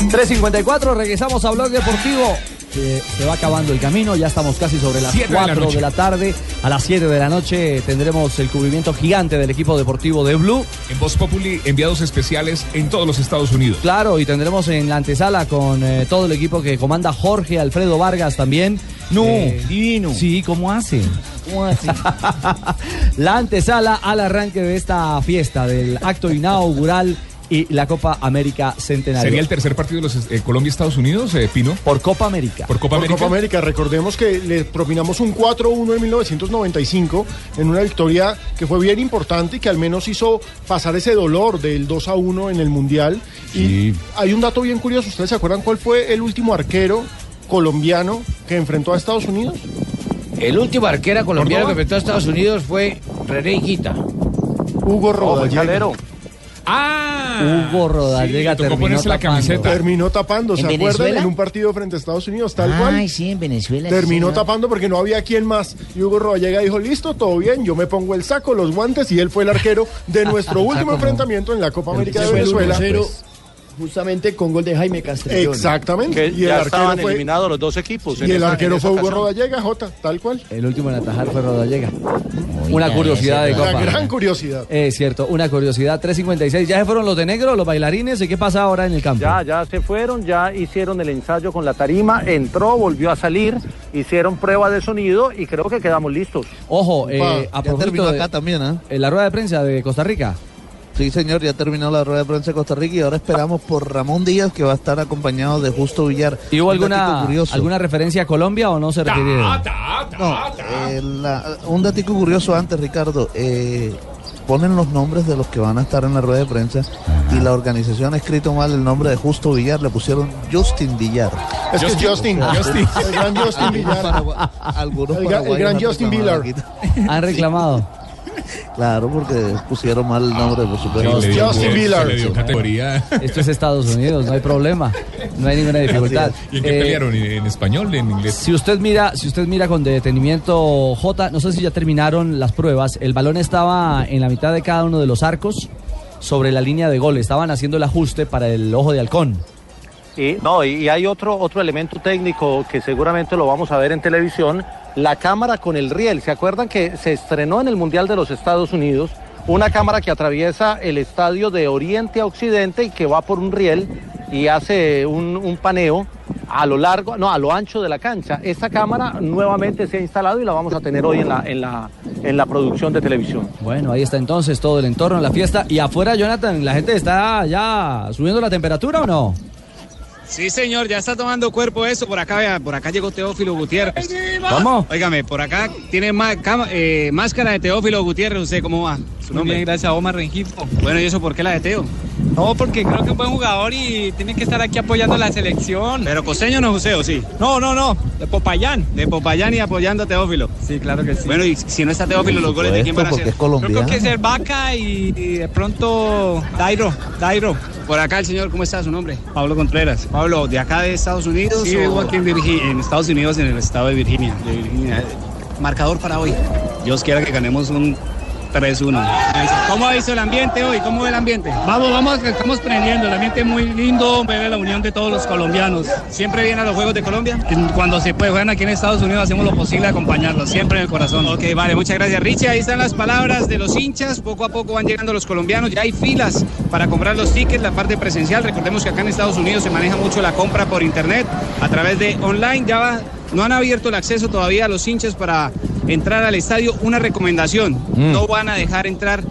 y 3.54, regresamos a Blog Deportivo. Se, Eh, se va acabando el camino, ya estamos casi sobre las
Siete de la
4 de
noche.
la tarde. A las 7 de la noche tendremos el cubrimiento gigante del equipo deportivo de Blue.
En Voz Populi, enviados especiales en todos los Estados Unidos.
Claro, y tendremos en la antesala con eh, todo el equipo que comanda Jorge Alfredo Vargas también. No, divino. Sí, ¿cómo hace? ¿Cómo hace? la antesala al arranque de esta fiesta del acto inaugural y la Copa América Centenario.
¿Sería el tercer partido de los eh, Colombia-Estados Unidos, eh, Pino?
Por Copa América.
Por Copa
Por
América.
Copa América, recordemos que le propinamos un 4-1 en 1995 en una victoria que fue bien importante y que al menos hizo pasar ese dolor del 2-1 en el Mundial. Y hay un dato bien curioso, ¿ustedes se acuerdan cuál fue el último arquero colombiano que enfrentó a Estados Unidos?
El último arquero
colombiano que
enfrentó a Estados Unidos fue René Higuita.
Hugo Rodallega.
¡Ah!
Hugo Rodallega terminó tapando.
Terminó tapando, ¿se
¿En
acuerdan?
Venezuela?
En un partido frente a Estados Unidos, tal cual.
Ay, sí, en Venezuela. sí,
Terminó
señor.
tapando porque no había quien más. Y Hugo Rodallega dijo, listo, todo bien, yo me pongo el saco, los guantes, y él fue Ah, el pues. arquero de nuestro último enfrentamiento en la Copa América de
Ese fue el
Venezuela.
1-0 justamente con gol de Jaime Castrellón.
Exactamente.
Que ya estaban eliminados los dos equipos. en
Y el
esa- en
arquero
esa
fue Hugo
ocasión.
Rodallega, Jota, tal cual.
El último en atajar fue Rodallega. Una curiosidad de
Una
Copa.
gran curiosidad.
Es cierto, una curiosidad. 3.56. ¿Ya se fueron los de negro, los bailarines? ¿Y qué pasa ahora en el campo?
Ya, ya se fueron, ya hicieron el ensayo con la tarima, entró, volvió a salir, hicieron prueba de sonido y creo que quedamos listos.
Ojo, eh, a
terminó
propósito de-
acá también, ¿ah?
en la rueda de prensa de Costa Rica.
Sí, señor, ya terminó la rueda de prensa de Costa Rica y ahora esperamos por Ramón Díaz, que va a estar acompañado de Justo Villar.
¿Y hubo
Un
alguna,
datico curioso.
alguna referencia a Colombia o no se refirieron?
No, eh, la- un datico curioso antes, Ricardo. eh, ponen los nombres de los que van a estar en la rueda de prensa y la organización ha escrito mal el nombre de Justo Villar, le pusieron Justin Villar.
Es que es Justin, Justin. El gran Justin Villar.
Algunos
El gran- el gran
paraguayos
Justin
han reclamado
Villar.
aquí.
Han reclamado.
Claro, porque pusieron mal el nombre, por supuesto.
Esto es Estados Unidos, no hay problema. No hay ninguna dificultad.
¿Y en qué
Eh,
pelearon? ¿En, en español? ¿En inglés?
Si usted mira, si usted mira con detenimiento J, no sé si ya terminaron las pruebas. El balón estaba en la mitad de cada uno de los arcos sobre la línea de gol. Estaban haciendo el ajuste para el ojo de halcón.
Y, no, y, y hay otro, otro elemento técnico que seguramente lo vamos a ver en televisión, la cámara con el riel. ¿Se acuerdan que se estrenó en el Mundial de los Estados Unidos? Una cámara que atraviesa el estadio de oriente a occidente y que va por un riel y hace un, un paneo a lo largo, no, a lo ancho de la cancha. Esta cámara nuevamente se ha instalado y la vamos a tener hoy en la, en la, en la producción de televisión.
Bueno, ahí está entonces todo el entorno, la fiesta. Y afuera, Jonathan, ¿la gente está ya subiendo la temperatura o no?
Sí, señor, ya está tomando cuerpo eso. Por acá, vea, por acá llegó Teófilo Gutiérrez.
¿Cómo?
Óigame, por acá tiene ma- cama- eh, máscara de Teófilo Gutiérrez. ¿Usted cómo va? Su nombre. gracias a Omar Rengifo. Bueno, ¿y eso por qué la de Teo? No, porque creo que es un buen jugador y tiene que estar aquí apoyando a la selección. Pero costeño no es useo, sí. No, no, no. De Popayán. De Popayán y apoyando a Teófilo. Sí, claro que sí. Bueno, y si no está Teófilo, los goles de quién van a
Porque
ser.
es colombiano.
ser Vaca y, de pronto Dairo, Dairo. Por acá el señor, ¿cómo está su nombre? Pablo Contreras. Pablo, ¿de acá de Estados Unidos?
Sí, vivo aquí
en, Estados Unidos, en el estado de Virginia. Marcador para hoy. Dios quiera que ganemos un 3-1. ¿Cómo ha visto el ambiente hoy? ¿Cómo ve el ambiente? Vamos, vamos, que estamos prendiendo. El ambiente muy lindo, ver la unión de todos los colombianos. ¿Siempre vienen a los Juegos de Colombia? Cuando se puede, juegan aquí en Estados Unidos, hacemos lo posible de acompañarlos, siempre en el corazón. Ok, vale, muchas gracias, Richie. Ahí están las palabras de los hinchas. Poco a poco van llegando los colombianos. Ya hay filas para comprar los tickets, la parte presencial. Recordemos que acá en Estados Unidos se maneja mucho la compra por internet, a través de online. Ya va- no han abierto el acceso todavía a los hinchas para entrar al estadio. Una recomendación,
Mm.
no van a dejar entrar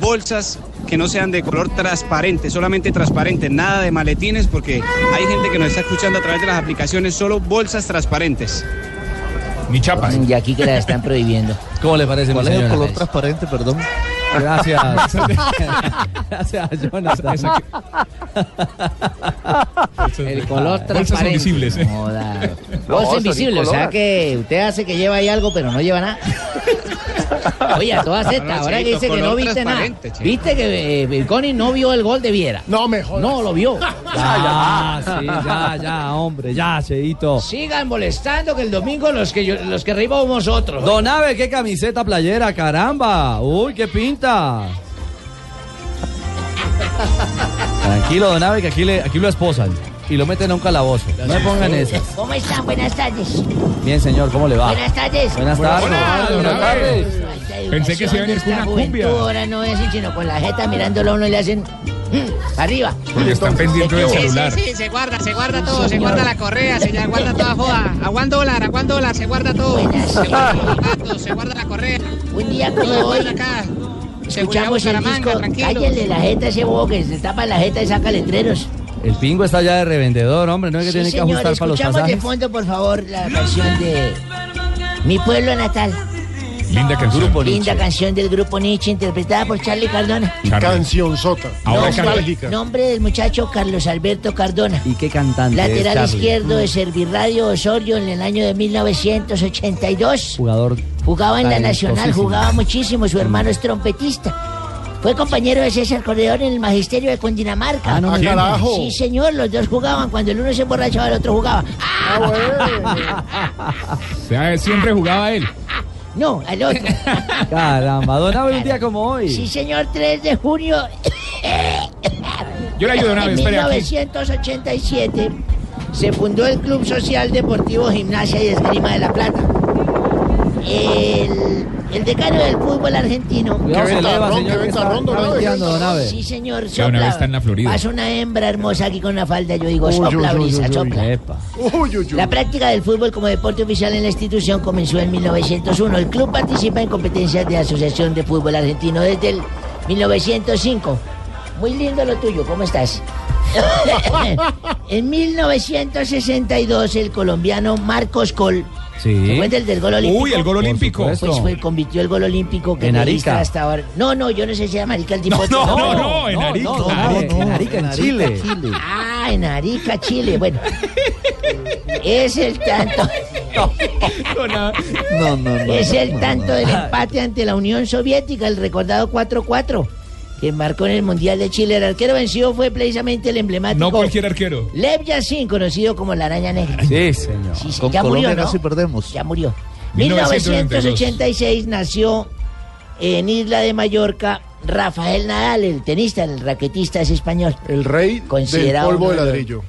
bolsas que no sean de color transparente, solamente transparente, nada de maletines porque hay gente que nos está escuchando a través de las aplicaciones, solo bolsas transparentes.
Ni chapas.
Mm, Y aquí que la están prohibiendo.
¿Cómo le parece,
¿Cuál
mi
es el
señora?
color transparente, perdón?
Gracias. Gracias, Jonathan.
El color
Bolsas son
transparente.
visibles. ¿eh?
Vos
No, son
invisible, o sea
incolor.
¿eh? que usted hace que lleva ahí algo, pero no lleva nada. Oye, a todas
No,
estas,
no,
ahora que
chiquito,
dice que
color
no viste nada.
transparente, chico.
Viste que eh, Virconi no vio el gol de Viera.
No, mejor.
No, lo vio. Ah,
Ya, sí, ya, ya, hombre, ya, Cheito.
Sigan molestando que el domingo los que, yo- los que reímos nosotros.
Don Abe, qué camiseta playera, caramba. Uy, qué pinta. Tranquilo, Don Abe, que aquí, le, aquí lo esposan y lo meten a un calabozo. No me pongan esas.
¿Cómo están? Buenas tardes.
Bien, señor, ¿cómo le va?
Buenas tardes.
Buenas tardes. Buenas tardes.
Pensé que se iba a venir con una cumbia.
Ahora no es sino con la jeta mirándolo a uno y le hacen
"Hmm,
mm, arriba.
Porque están pendientes del celular.
sí,
se guarda, se guarda todo, se guarda la correa, se ya guarda toda joda. Aguán dólar, aguán dólar, se guarda todo. Se guarda los zapatos, se guarda la correa.
Un día como
Se guarda
hoy,
acá.
Escuchamos el disco. Cállale la jeta a ese bobo que se tapa la jeta y saca letreros.
El pingo está ya de revendedor, hombre. No es que
Sí,
tiene que
señor,
ajustar para los
escuchamos de
pasajes.
fondo, por favor, la canción de Mi Pueblo Natal.
Linda canción.
Linda canción del grupo Nietzsche, interpretada por Charlie Cardona.
Canción sota.
Ahora
Nostálgica.
Nombre del muchacho Carlos Alberto Cardona.
¿Y qué cantante? es
Lateral
Charlie?
izquierdo de Servirradio Osorio en el año de 1982.
Jugador.
Jugaba en la
talentosísimo.
Nacional, jugaba muchísimo, su hermano es trompetista. Fue compañero de César Corredor en el Magisterio de Condinamarca.
Ah, no me digas. carajo.
Sí, señor, los dos jugaban. Cuando el uno se emborrachaba, el otro jugaba. Ah,
O sea, siempre jugaba él.
No, al otro.
Caramba, Don Abe, un día como hoy.
Sí, señor, 3 de junio
Yo le ayudo una
en
vez, espere aquí.
1987 se fundó el Club Social Deportivo Gimnasia y Esgrima de La Plata. El, el decano del fútbol argentino.
Cuidado, Qué se ventarrón, eleva, señor, qué que está ventarrón, don Abe. venteando, don Abe.
Sí, señor.
Ya, don Abe
sopla.
está en la Florida.
Pasa una hembra hermosa aquí con una falda. Yo digo,
Uy,
sopla,
uy, uy,
brisa,
uy, uy.
sopla. La práctica del fútbol como deporte oficial en la institución comenzó en 1901. El club participa en competencias de Asociación de Fútbol Argentino desde el 1905. Muy lindo lo tuyo, ¿cómo estás? en 1962 el colombiano Marcos Col ¿Se
Sí.
acuerda el del gol
Uy,
olímpico?
el gol
Por
olímpico.
supuesto. Pues fue, convirtió el gol olímpico que
En
me
Arica.
diste hasta ahora. No, no, yo no sé si era Marica el tipo.
no,
todo.
no, no, en No, no, Arica. no, no, en Arica, en Chile.
Ah, en Arica, Chile. Bueno. es el tanto.
No, no, no.
Es el
no,
tanto
no.
del empate ante la Unión Soviética, el recordado 4-4, que marcó en el Mundial de Chile. El arquero vencido fue precisamente el emblemático.
No cualquier arquero.
Lev Yashin, conocido como la araña negra.
Sí, señor.
sí,
Con
ya murió,
Colombia
¿no?
casi perdemos.
Ya murió. 1986 nació en Isla de Mallorca Rafael Nadal, el tenista, el raquetista es español. El rey
Del polvo de ladrillo.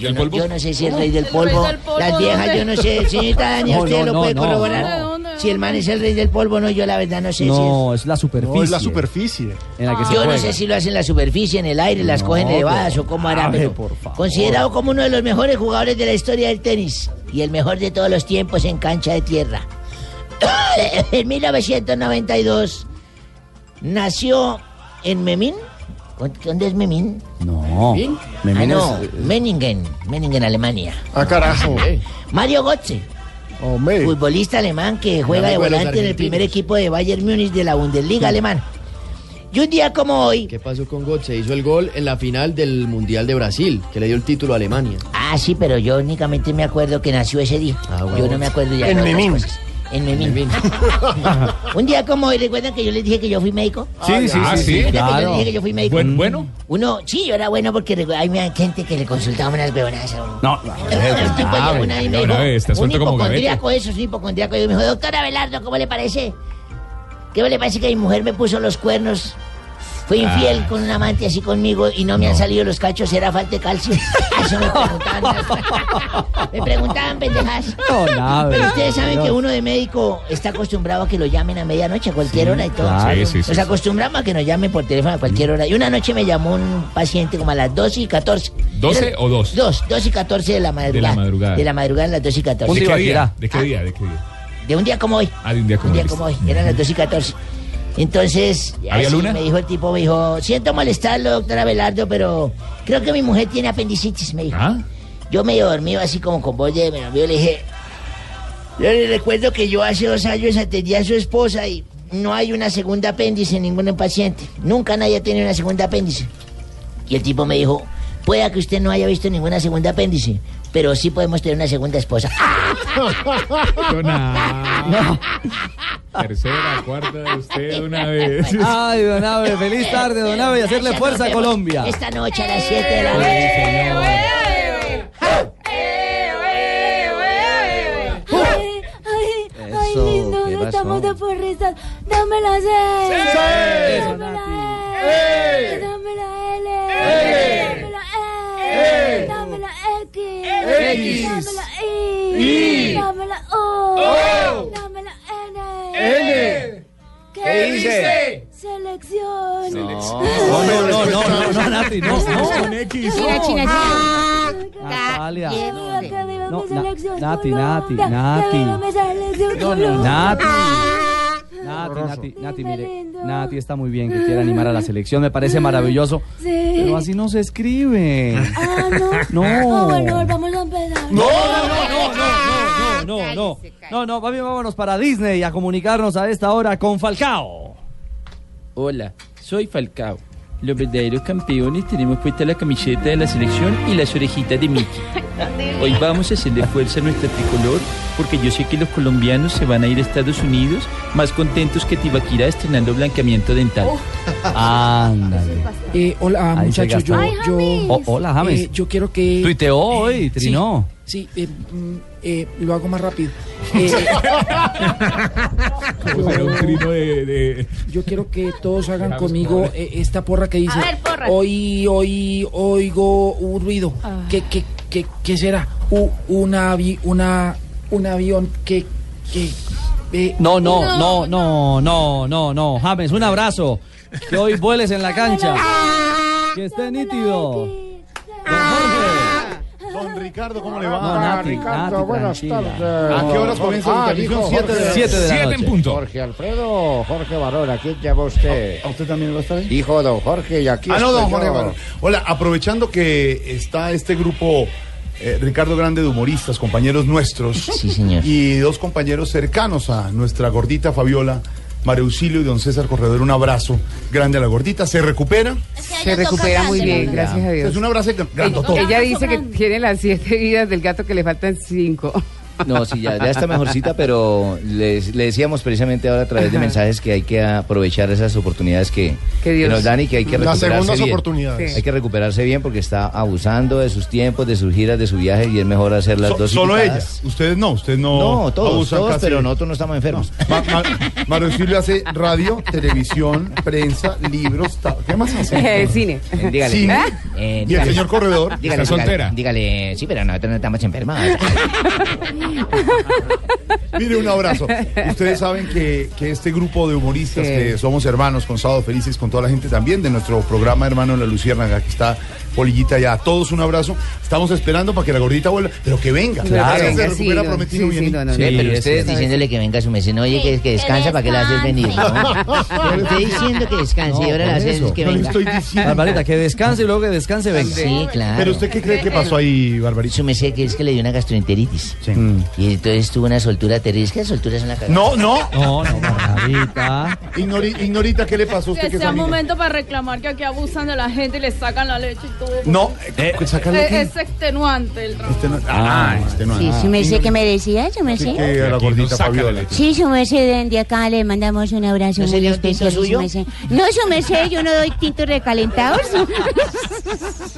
yo, no, yo no sé si el rey del polvo,
del polvo,
las viejas, yo no sé, señorita Dani,
No,
usted
no,
lo
no,
puede
no,
corroborar. Si el man es el rey del polvo, no, yo la verdad no sé si es
No, es la superficie.
No, es la Ah.
superficie. En la que se
yo
juega.
no sé si lo hacen en la superficie, en el aire, las
No,
cogen elevadas o cómo harán.
Abe,
pero
por favor.
Considerado como uno de los mejores jugadores de la historia del tenis y el mejor de todos los tiempos en cancha de tierra. en 1992 nació en Memín. ¿Dónde es Memín?
No.
Ah,
Memín
no,
es-
Memmingen, Memmingen, Alemania.
Ah, carajo.
Mario Götze, futbolista alemán que juega de
amigo de los
volante en el primer equipo de Bayern Múnich de la Bundesliga alemana. Y un día como hoy,
¿Qué pasó con Götze? Hizo el gol en la final del Mundial de Brasil, que le dio el título a Alemania.
Ah, sí, pero yo únicamente me acuerdo que nació ese día.
Ah, bueno.
Yo no me acuerdo ya.
En
de otras
Memín.
cosas. En Memín. Un día como hoy, ¿recuerdan que yo les dije que yo fui médico? Ah,
Sí, sí,
¿Recuerdan
sí, sí,
que Yo
claro.
les dije que yo fui médico.
Buen- bueno.
Uno, sí, yo era bueno porque recu- hay una gente que le consultaba unas huevonadas a uno.
No,
El tipo llegó una y me dijo,
está
un
suelto como gavete.
hipocondríaco eso, es un hipocondríaco. Y me dijo, doctor Abelardo, ¿cómo le parece? ¿Qué le parece que mi mujer me puso los cuernos? Fui infiel
Ah.
con un amante así conmigo y no me han salido los cachos, ¿era falta de calcio? Eso me preguntaban. las- me preguntaban pendejas.
No, nada,
Pero
¿verdad?
ustedes saben que
Señor.
uno de médico está acostumbrado a que lo llamen a medianoche, a cualquier hora y todo.
claro. Sí, sí,
Nos
sí, sí.
acostumbramos a que nos llamen por teléfono a cualquier hora. Y una noche me llamó un paciente como a las 12 y 14.
¿12 o 2?
2, 2 y 14 de la madrugada.
madrugada.
De la madrugada en las 2 y 14.
¿De qué día? ¿De qué día? ¿De qué día?
De un día como hoy.
Ah, de un día como
Un día
hoy.
como hoy, eran las 2 y 14. Entonces,
¿Había
así
luna?
me dijo el tipo, me dijo, siento molestarlo, doctor Abelardo, pero creo que mi mujer tiene apendicitis, me dijo.
¿Ah?
Yo medio dormido así como con voz de medio dormido, le dije, yo le recuerdo que yo hace dos años atendí a su esposa y no hay una segunda apéndice en ningún paciente. Nunca nadie tiene una segunda apéndice. Y el tipo me dijo, pueda que usted no haya visto ninguna segunda apéndice, pero sí podemos tener una segunda esposa. ¡Ah!
Tercera, cuarta de usted una vez.
Ay, don Abe, feliz tarde, don Abe, y hacerle fuerza a Colombia.
Esta noche a las 7 de la noche.
Ay, ay, ay,
Eso,
lindo,
¿qué
no estamos
pasó?
de porristas. Dame la C.
Sí.
Dame la E. Dame la L. Dame la E. Dame la X.
X.
Dame la I.
I.
Dame la O.
O.
Dame la N.
N. ¿Qué dice?
Selección.
No, no, no, no, no, no, Nati, no, no. Con X.
China, China, China.
Natalia.
Que viva
No,
mi
Na-
selección
Nati, Nati,
Colombia. Que
Nati.
viva mi selección
No, no, Nati.
Colombia.
Nati, Nati, Nati, mire, Nati está muy bien que quiera animar a la selección, me parece maravilloso.
Sí.
Pero así no se escribe.
Ah, no.
No.
Ah, bueno, volvamos a empezar.
No, no, no, no, no, no, no, no. No, no, papi, vámonos para Disney a comunicarnos a esta hora con Falcao.
Hola, soy Falcao. Los verdaderos campeones tenemos puesta la camiseta de la selección y las orejitas de Mickey. Hoy vamos a hacerle fuerza a nuestro tricolor porque yo sé que los colombianos se van a ir a Estados Unidos más contentos que Tibaquira estrenando blanqueamiento dental.
Ándale.
Eh, hola,
Ahí se
muchachos. Yo,
gasta. Ay,
yo,
James. O- hola, James.
eh, yo quiero que.
Tuiteó hoy,
sí,
Trinó.
Sí,
Sí, eh, mm, eh, lo hago más rápido. Eh,
Como será un trino de- de...
yo quiero que todos hagan conmigo eh, esta porra que dice.
A ver, porra. Ah.
Hoy, hoy, oigo un ruido. ¿Qué, qué, qué, qué será? U- una, avi- una, un avión que, que eh,
No, no, no, no, no, no, no. James, un abrazo. Que hoy vueles en la cancha. Que esté nítido.
pues, Don Ricardo, ¿cómo le
va? No, Nati, Ricardo, Nati, buenas tranquila. tardes.
¿A qué horas comienza
Ah,
Univisión?
dijo
Siete
Jorge.
Siete de la
Siete
noche.
Jorge Alfredo, Jorge Barón, ¿a quién llama usted?
¿A usted también lo está ahí?
Dijo don Jorge y aquí
Ah, no,
estoy
don Jorge
yo.
Barón. Hola, aprovechando que está este grupo, eh, Ricardo Grande de humoristas, compañeros nuestros. Y dos compañeros cercanos a nuestra gordita Fabiola. Mario Auxilio y don César Corredor, un abrazo grande a la gordita. ¿Se recupera?
Se recupera muy bien, gracias a Dios.
Es un abrazo grandotón.
Ella dice que tiene las siete vidas del gato que le faltan cinco.
No, sí, ya, ya está mejorcita, pero les- le decíamos precisamente ahora a través de mensajes que hay que aprovechar esas oportunidades que,
Que Dios-
nos dan y que hay que
Las
recuperarse
segundas
bien.
oportunidades. Sí.
Hay que recuperarse bien porque está abusando de sus tiempos, de sus giras, de su viaje y es mejor hacer las
So-
dos.
solo ella.
invitadas.
Ustedes no, ustedes no.
No, todos,
abusan
todos
casi-
pero nosotros no estamos enfermos.
Ma- ma- Mario Auxilio hace radio, televisión, prensa, libros, ta- ¿qué más hace?
Eh, cine.
Dígale.
Cine.
¿Ah?
Eh,
y el señor Corredor.
Dígale, dígale, Dígale, sí, pero nosotros no estamos enfermados.
Mire, un abrazo. Ustedes saben que, que este grupo de humoristas
Sí.
que somos hermanos, con Sábado Felices, con toda la gente también de nuestro programa Hermano en la Luciérnaga, que está Polillita ya. A todos un abrazo. Estamos esperando para que la gordita vuelva, pero que venga.
Claro.
Que se
Venga, sí,
recupera
no,
prometido bien.
Sí, pero ustedes diciéndole que venga su mesino, oye, que, que descansa para que la haces venir. ¿no? Pero usted diciendo que descanse y ahora la haces que venga.
Barbarita, que descanse y luego que descanse venga.
Sí, claro.
qué cree que pasó ahí, Barbarita?
Su mesía que es que le dio una gastroenteritis.
Mm.
Y entonces tuvo una soltura terrible. Es que las solturas son la cagada.
No, no.
No, no,
Barbarita.
Ah. Ignori- ignorita, ¿qué le pasó a usted que
Que
es
sea un
amiga?
Este momento para reclamar que aquí abusan de la gente y le sacan la leche y todo.
No, eh, sácale
Eh,
aquí.
es extenuante el trabajo.
Este no- ah, este no.
Sí,
ah.
su merced que me decía, su
Sí, que a
merced.
la gordita Fabiola.
Sí, su merced, de acá le mandamos un abrazo
¿No
muy
sería un tinto
especial. su
suyo?
merced. No, su merced, yo no doy tintos recalentados.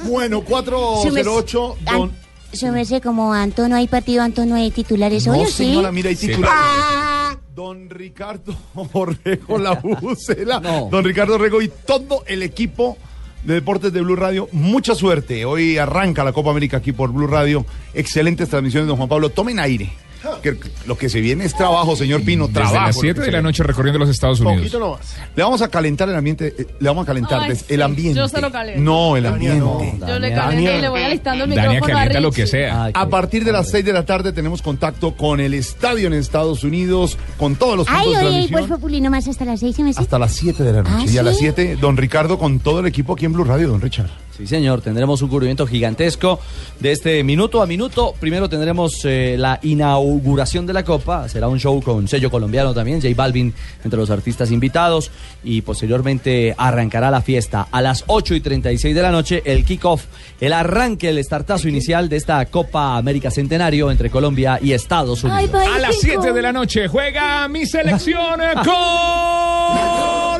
Bueno,
Su merced-
408.
An- Su merced, como Antón no hay partido, Antón no hay titulares hoy, ¿o
No,
sí?
señora, mira, hay
Sí.
titulares.
Ah.
Don Ricardo Orrego, la bucela. Don Ricardo Orrego y todo el equipo de Deportes de Blue Radio, mucha suerte. Hoy arranca la Copa América aquí por Blue Radio. Excelentes transmisiones, don Juan Pablo. Tomen aire.
Ah.
Que lo que se viene es trabajo, señor Pino.
Desde
trabajo.
las
lo
7
que
de
se
la
viene.
noche recorriendo los Estados Unidos.
Poquito nomás. Le vamos a calentar el ambiente. eh, le vamos a calentar
Ay,
des-
sí,
el ambiente.
yo se lo caliento.
No, el ambiente.
Yo le caliento y le voy alistando el micrófono a Richie.
sea. a partir de las 6 de la tarde tenemos contacto con el estadio en Estados Unidos, con todos los
Ay,
puntos de
oye,
transmisión.
pues Populi, nomás hasta las seis, ¿se me hace?
Hasta las 7 de la noche.
¿Ah,
y a las
sí?
7, don Ricardo con todo el equipo aquí en Blue Radio, don Richard.
Sí, señor, tendremos un cubrimiento gigantesco de este minuto a minuto. Primero tendremos eh, la inauguración de la Copa, será un show con sello colombiano también, J Balvin entre los artistas invitados y posteriormente arrancará la fiesta a las 8 y 36 de la noche, el kickoff, el arranque, el startazo inicial de esta Copa América Centenario entre Colombia y Estados Unidos.
A las 7 de la noche juega mi selección eh,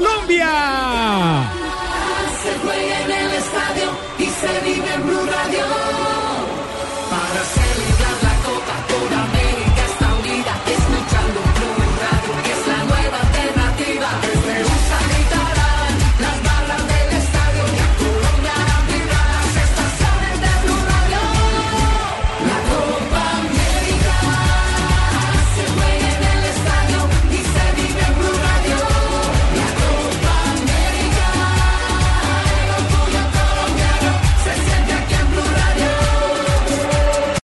Colombia.